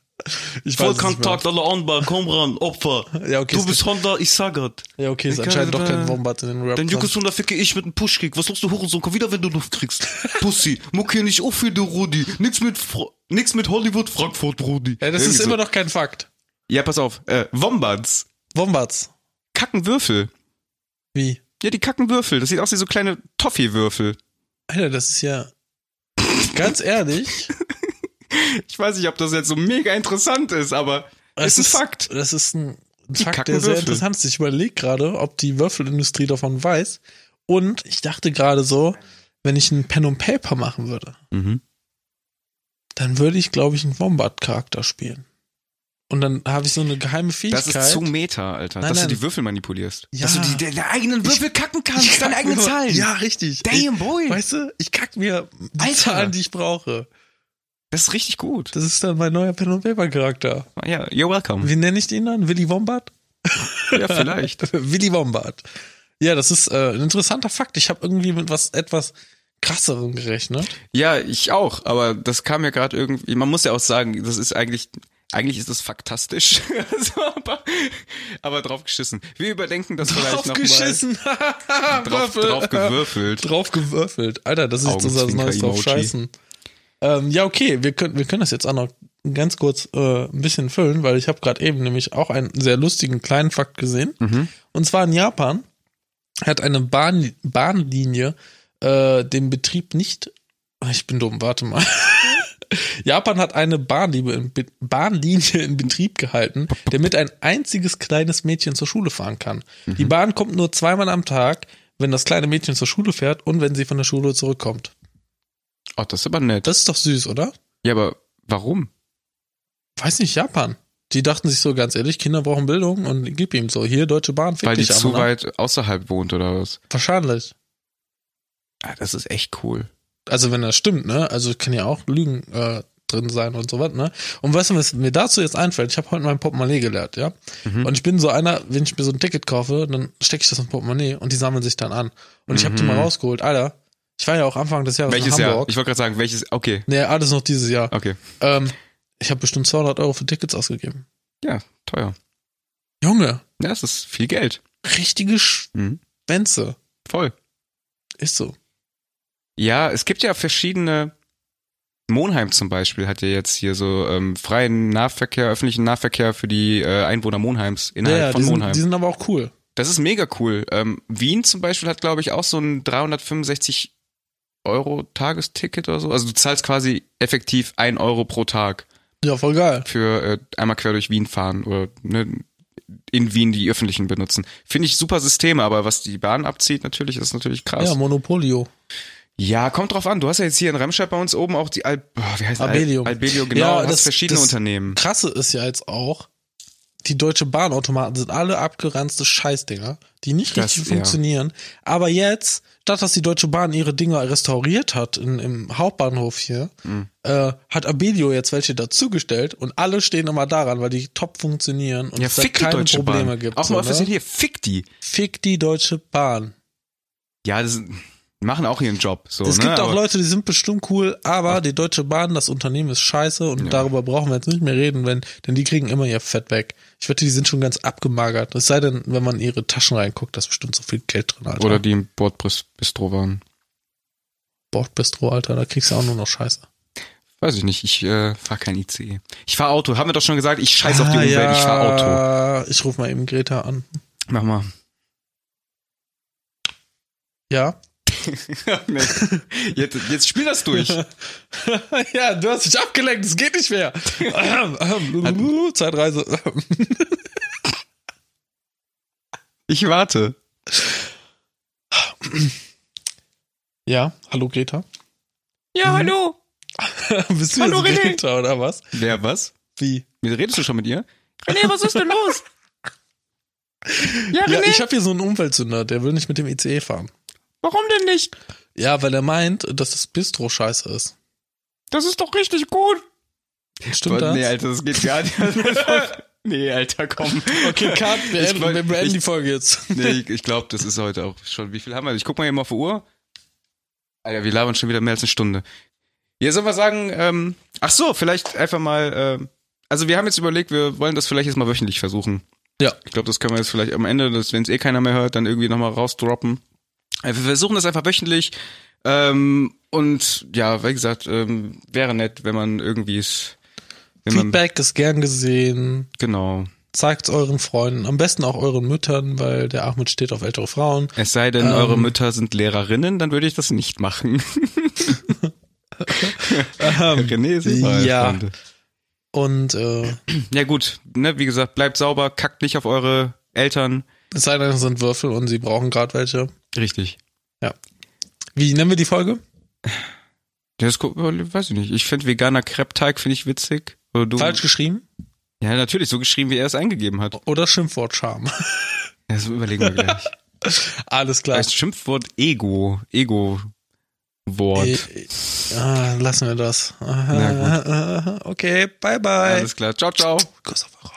Speaker 1: Ich weiß es nicht mehr.
Speaker 2: aller Onba Komran, Opfer.
Speaker 1: Ja, okay. ist-
Speaker 2: Honda, ich sag grad.
Speaker 1: ja, okay, ist
Speaker 2: Ich
Speaker 1: anscheinend
Speaker 2: kann-
Speaker 1: doch kein Bombard in den Rap.
Speaker 4: Dann juckest du und da ficke ich mit einem Pushkick. Was glaubst du, Hurensohn? Komm wieder, wenn du Luft kriegst. Pussy. Muck hier nicht auf wie du, Rudi. Nix mit, Fr nix mit Hollywood, Frankfurt, Rudi.
Speaker 1: ja, das
Speaker 2: Irgendwie
Speaker 1: ist immer
Speaker 2: so.
Speaker 1: noch kein Fakt.
Speaker 2: Ja, pass auf. Äh, Wombards.
Speaker 1: Bombards.
Speaker 2: Kacken Würfel.
Speaker 1: Wie?
Speaker 2: Ja, die kacken Würfel. Das sieht aus wie so kleine Toffee-Würfel.
Speaker 1: Alter, das ist ja. Ganz ehrlich,
Speaker 2: Ich weiß nicht, ob das jetzt so mega interessant ist, aber
Speaker 1: Das
Speaker 2: ist ein Fakt.
Speaker 1: Das ist ein Fakt,
Speaker 2: kacken
Speaker 1: der sehr
Speaker 2: Würfel.
Speaker 1: interessant ist. Ich überlege gerade, ob die Würfelindustrie davon weiß. Und ich dachte gerade so, wenn ich ein Pen und Paper machen würde,
Speaker 2: Mhm.
Speaker 1: dann würde ich, glaube ich, einen Wombat-Charakter spielen. Und dann habe ich so eine geheime
Speaker 2: Das
Speaker 1: Fähigkeit.
Speaker 2: ist zu Meta, Alter.
Speaker 1: Nein,
Speaker 2: dass
Speaker 1: nein.
Speaker 2: du die Würfel manipulierst.
Speaker 1: Ja.
Speaker 2: Dass du die, de- deine eigenen Würfel kacken kannst,
Speaker 1: Ich
Speaker 2: deine
Speaker 1: kack
Speaker 2: eigenen
Speaker 1: mir-
Speaker 2: Zahlen.
Speaker 1: Ja, richtig.
Speaker 2: Damn, boy.
Speaker 1: Ich, weißt du, ich kack mir die
Speaker 2: Alter.
Speaker 1: Zahlen, die ich brauche.
Speaker 2: Das ist richtig gut.
Speaker 1: Das ist dann mein neuer Pen und Paper Charakter.
Speaker 2: Ja, you're welcome.
Speaker 1: Wie nenne ich den dann? Willy Wombat?
Speaker 2: Ja, vielleicht.
Speaker 1: Willy Wombat. Ja, das ist äh, ein interessanter Fakt. Ich habe irgendwie mit was etwas krasserem gerechnet.
Speaker 2: Ja, ich auch, aber das kam ja gerade irgendwie, man muss ja auch sagen, das ist eigentlich, eigentlich ist das faktastisch. so, aber, aber drauf geschissen. Wir überdenken das vielleicht nochmal.
Speaker 1: Draufgeschissen.
Speaker 2: Drauf, drauf gewürfelt.
Speaker 1: drauf gewürfelt. Alter, das ist jetzt unser
Speaker 2: Augenzwinker-
Speaker 1: neues drauf
Speaker 2: Emoji.
Speaker 1: scheißen. Ähm, ja, okay, wir können, wir können das jetzt auch noch ganz kurz äh, ein bisschen füllen, weil ich habe gerade eben nämlich auch einen sehr lustigen kleinen Fakt gesehen. Und zwar in Japan hat eine Bahn, Bahnlinie äh, den Betrieb nicht. Ah, Ich bin dumm, warte mal. Japan hat eine Bahnliebe in Be Bahnlinie in Betrieb gehalten, damit ein einziges kleines Mädchen zur Schule fahren kann. Die Bahn kommt nur zweimal am Tag, wenn das kleine Mädchen zur Schule fährt und wenn sie von der Schule zurückkommt.
Speaker 2: Oh, das ist aber nett.
Speaker 1: Das ist doch süß, oder?
Speaker 2: Ja, aber warum?
Speaker 1: Weiß nicht, Japan. Die dachten sich so ganz ehrlich, Kinder brauchen Bildung und gib ihm so. Hier, Deutsche Bahn, fick
Speaker 2: Weil die
Speaker 1: dich
Speaker 2: zu
Speaker 1: am Arsch.
Speaker 2: weit außerhalb wohnt oder was?
Speaker 1: Wahrscheinlich.
Speaker 2: Ah, das ist echt cool.
Speaker 1: Also wenn das stimmt, ne? Also kann ja auch Lügen äh, drin sein und so was, ne? Und weißt du, was mir dazu jetzt einfällt? Ich habe heute mein Portemonnaie geleert, ja?
Speaker 2: Mhm.
Speaker 1: Und ich bin so einer, wenn ich mir so ein Ticket kaufe, dann stecke ich das ins Portemonnaie und die sammeln sich dann an. Und ich habe die mal rausgeholt. Alter, ich war ja auch Anfang des Jahres
Speaker 2: Mhm. welches
Speaker 1: in
Speaker 2: Jahr?
Speaker 1: Hamburg.
Speaker 2: Ich wollte gerade sagen, welches, okay,
Speaker 1: Nee, alles noch dieses Jahr.
Speaker 2: okay.
Speaker 1: Ähm, ich habe bestimmt 200 Euro für Tickets ausgegeben.
Speaker 2: Ja, teuer.
Speaker 1: Junge,
Speaker 2: Ja, es ist viel Geld.
Speaker 1: richtige
Speaker 2: Mhm.
Speaker 1: Schwänze.
Speaker 2: Voll.
Speaker 1: Ist so.
Speaker 2: Ja, es gibt ja verschiedene. Monheim zum Beispiel hat ja jetzt hier so ähm, freien Nahverkehr, öffentlichen Nahverkehr für die äh, Einwohner Monheims innerhalb
Speaker 1: ja, ja,
Speaker 2: von
Speaker 1: die sind,
Speaker 2: Monheim.
Speaker 1: die sind aber auch cool.
Speaker 2: das ist mega cool. Ähm, Wien zum Beispiel hat, glaube ich, auch so ein 365 Euro Tagesticket oder so. Also du zahlst quasi effektiv ein Euro pro Tag
Speaker 1: Ja, voll geil.
Speaker 2: für äh, einmal quer durch Wien fahren oder ne, in Wien die öffentlichen benutzen. Finde ich super Systeme, aber was die Bahn abzieht, natürlich ist natürlich krass.
Speaker 1: Ja, Monopolio.
Speaker 2: Ja, kommt drauf an. Du hast ja jetzt hier in Remscheid bei uns oben auch die Al oh, wie heißt
Speaker 1: Abelio.
Speaker 2: Al Albelio, genau.
Speaker 1: Ja,
Speaker 2: du hast
Speaker 1: das-
Speaker 2: verschiedene
Speaker 1: das-
Speaker 2: Unternehmen.
Speaker 1: Krasse ist ja jetzt auch, die Deutsche Bahnautomaten sind alle abgeranzte Scheißdinger, die nicht
Speaker 2: Das-
Speaker 1: richtig
Speaker 2: ja.
Speaker 1: funktionieren. Aber jetzt, statt dass die Deutsche Bahn ihre Dinger restauriert hat in, im Hauptbahnhof hier,
Speaker 2: Mhm.
Speaker 1: äh, hat Abelio jetzt welche dazugestellt und alle stehen immer daran, weil die top funktionieren und
Speaker 2: Ja,
Speaker 1: es da
Speaker 2: fick die
Speaker 1: keine
Speaker 2: Deutsche
Speaker 1: Probleme
Speaker 2: Bahn.
Speaker 1: gibt.
Speaker 2: auch mal
Speaker 1: so,
Speaker 2: offiziell
Speaker 1: ne?
Speaker 2: hier, fick die.
Speaker 1: Fick die Deutsche Bahn.
Speaker 2: Ja, das sind- die machen auch ihren Job. So,
Speaker 1: es
Speaker 2: ne?
Speaker 1: gibt auch
Speaker 2: Aber
Speaker 1: Leute, die sind bestimmt cool, aber die Deutsche Bahn, das Unternehmen ist scheiße und darüber brauchen wir jetzt nicht mehr reden, wenn, denn die kriegen immer ihr Fett weg. Ich wette, die sind schon ganz abgemagert. Es sei denn, wenn man in ihre Taschen reinguckt, da ist bestimmt so viel Geld drin, Alter.
Speaker 2: Oder die im Bordbistro waren.
Speaker 1: Bordbistro, Alter, da kriegst du auch nur noch Scheiße.
Speaker 2: Weiß ich nicht. Ich äh, fahre kein ICE. Ich fahre Auto. Haben wir doch schon gesagt, ich scheiß
Speaker 1: Ah,
Speaker 2: auf die Umwelt. Ich fahre Auto.
Speaker 1: fahr Auto. Ich rufe mal eben Greta an.
Speaker 2: Mach mal.
Speaker 1: Ja?
Speaker 2: Nee. jetzt, jetzt spiel das durch.
Speaker 1: ja, du hast dich abgelenkt, es geht nicht mehr. Ahem, ahem, Zeitreise.
Speaker 2: Ich warte.
Speaker 1: ja, hallo Greta.
Speaker 2: Ja, hallo.
Speaker 1: Bist du
Speaker 2: Hallo,
Speaker 1: jetzt
Speaker 2: René.
Speaker 1: Greta oder was?
Speaker 2: Wer, was?
Speaker 1: Wie?
Speaker 2: Wie redest du schon mit ihr?
Speaker 5: René, was ist denn los? Ja,
Speaker 1: Ja,
Speaker 5: René,
Speaker 1: ich habe hier so einen Umweltsünder, der will nicht mit dem ICE fahren.
Speaker 5: warum denn nicht?
Speaker 1: Ja, weil er meint, dass das Bistro scheiße ist.
Speaker 5: Das ist doch richtig gut.
Speaker 1: Stimmt das?
Speaker 2: Nee, Alter, das geht gar nicht. nee, Alter, komm.
Speaker 1: Okay, Cut, wir
Speaker 2: Ich
Speaker 1: beenden,
Speaker 2: wollt-
Speaker 1: wir beenden
Speaker 2: ich-
Speaker 1: die Folge jetzt.
Speaker 2: Nee, ich, ich glaube, das ist heute auch schon. Wie viel haben wir? Ich guck mal eben auf die Uhr. Alter, wir labern schon wieder mehr als eine Stunde. Ja, sollen wir sagen, ähm, ach so, vielleicht einfach mal, ähm, also wir haben jetzt überlegt, wir wollen das vielleicht jetzt mal wöchentlich versuchen.
Speaker 1: Ja.
Speaker 2: Ich glaube, das können wir jetzt vielleicht am Ende, wenn es eh keiner mehr hört, dann irgendwie nochmal rausdroppen. Äh, Wir versuchen das einfach wöchentlich. Ähm, und ja, wie gesagt, ähm, wäre nett, wenn man irgendwie es. wenn man-
Speaker 1: Feedback ist gern gesehen.
Speaker 2: Genau.
Speaker 1: Zeigt's euren Freunden, am besten auch euren Müttern, weil der Ahmed steht auf ältere Frauen.
Speaker 2: Es sei denn,
Speaker 1: Ähm.
Speaker 2: eure Mütter sind Lehrerinnen, dann würde ich das nicht machen.
Speaker 1: Ähm,
Speaker 2: René ist überall
Speaker 1: ja.
Speaker 2: Freunde.
Speaker 1: und äh,
Speaker 2: Ja gut, ne, wie gesagt, bleibt sauber, kackt nicht auf eure Eltern.
Speaker 1: es sei denn, es sind Würfel und sie brauchen gerade welche.
Speaker 2: Richtig.
Speaker 1: Wie nennen wir die Folge?
Speaker 2: Das gu- weiß ich nicht. Ich finde veganer Kreppteig finde ich witzig. Oder du,
Speaker 1: Falsch Oh. geschrieben?
Speaker 2: Ja, natürlich, so geschrieben, wie er es eingegeben hat.
Speaker 1: Oder Schimpfwortscham?
Speaker 2: Das überlegen wir gleich.
Speaker 1: Alles klar.
Speaker 2: Das Schimpfwort Ego. Ego-Wort.
Speaker 1: Äh, äh, ah, lassen wir das.
Speaker 2: Na
Speaker 1: Okay, bye bye.
Speaker 2: Alles klar. Ciao, ciao.
Speaker 1: Kuss auf eure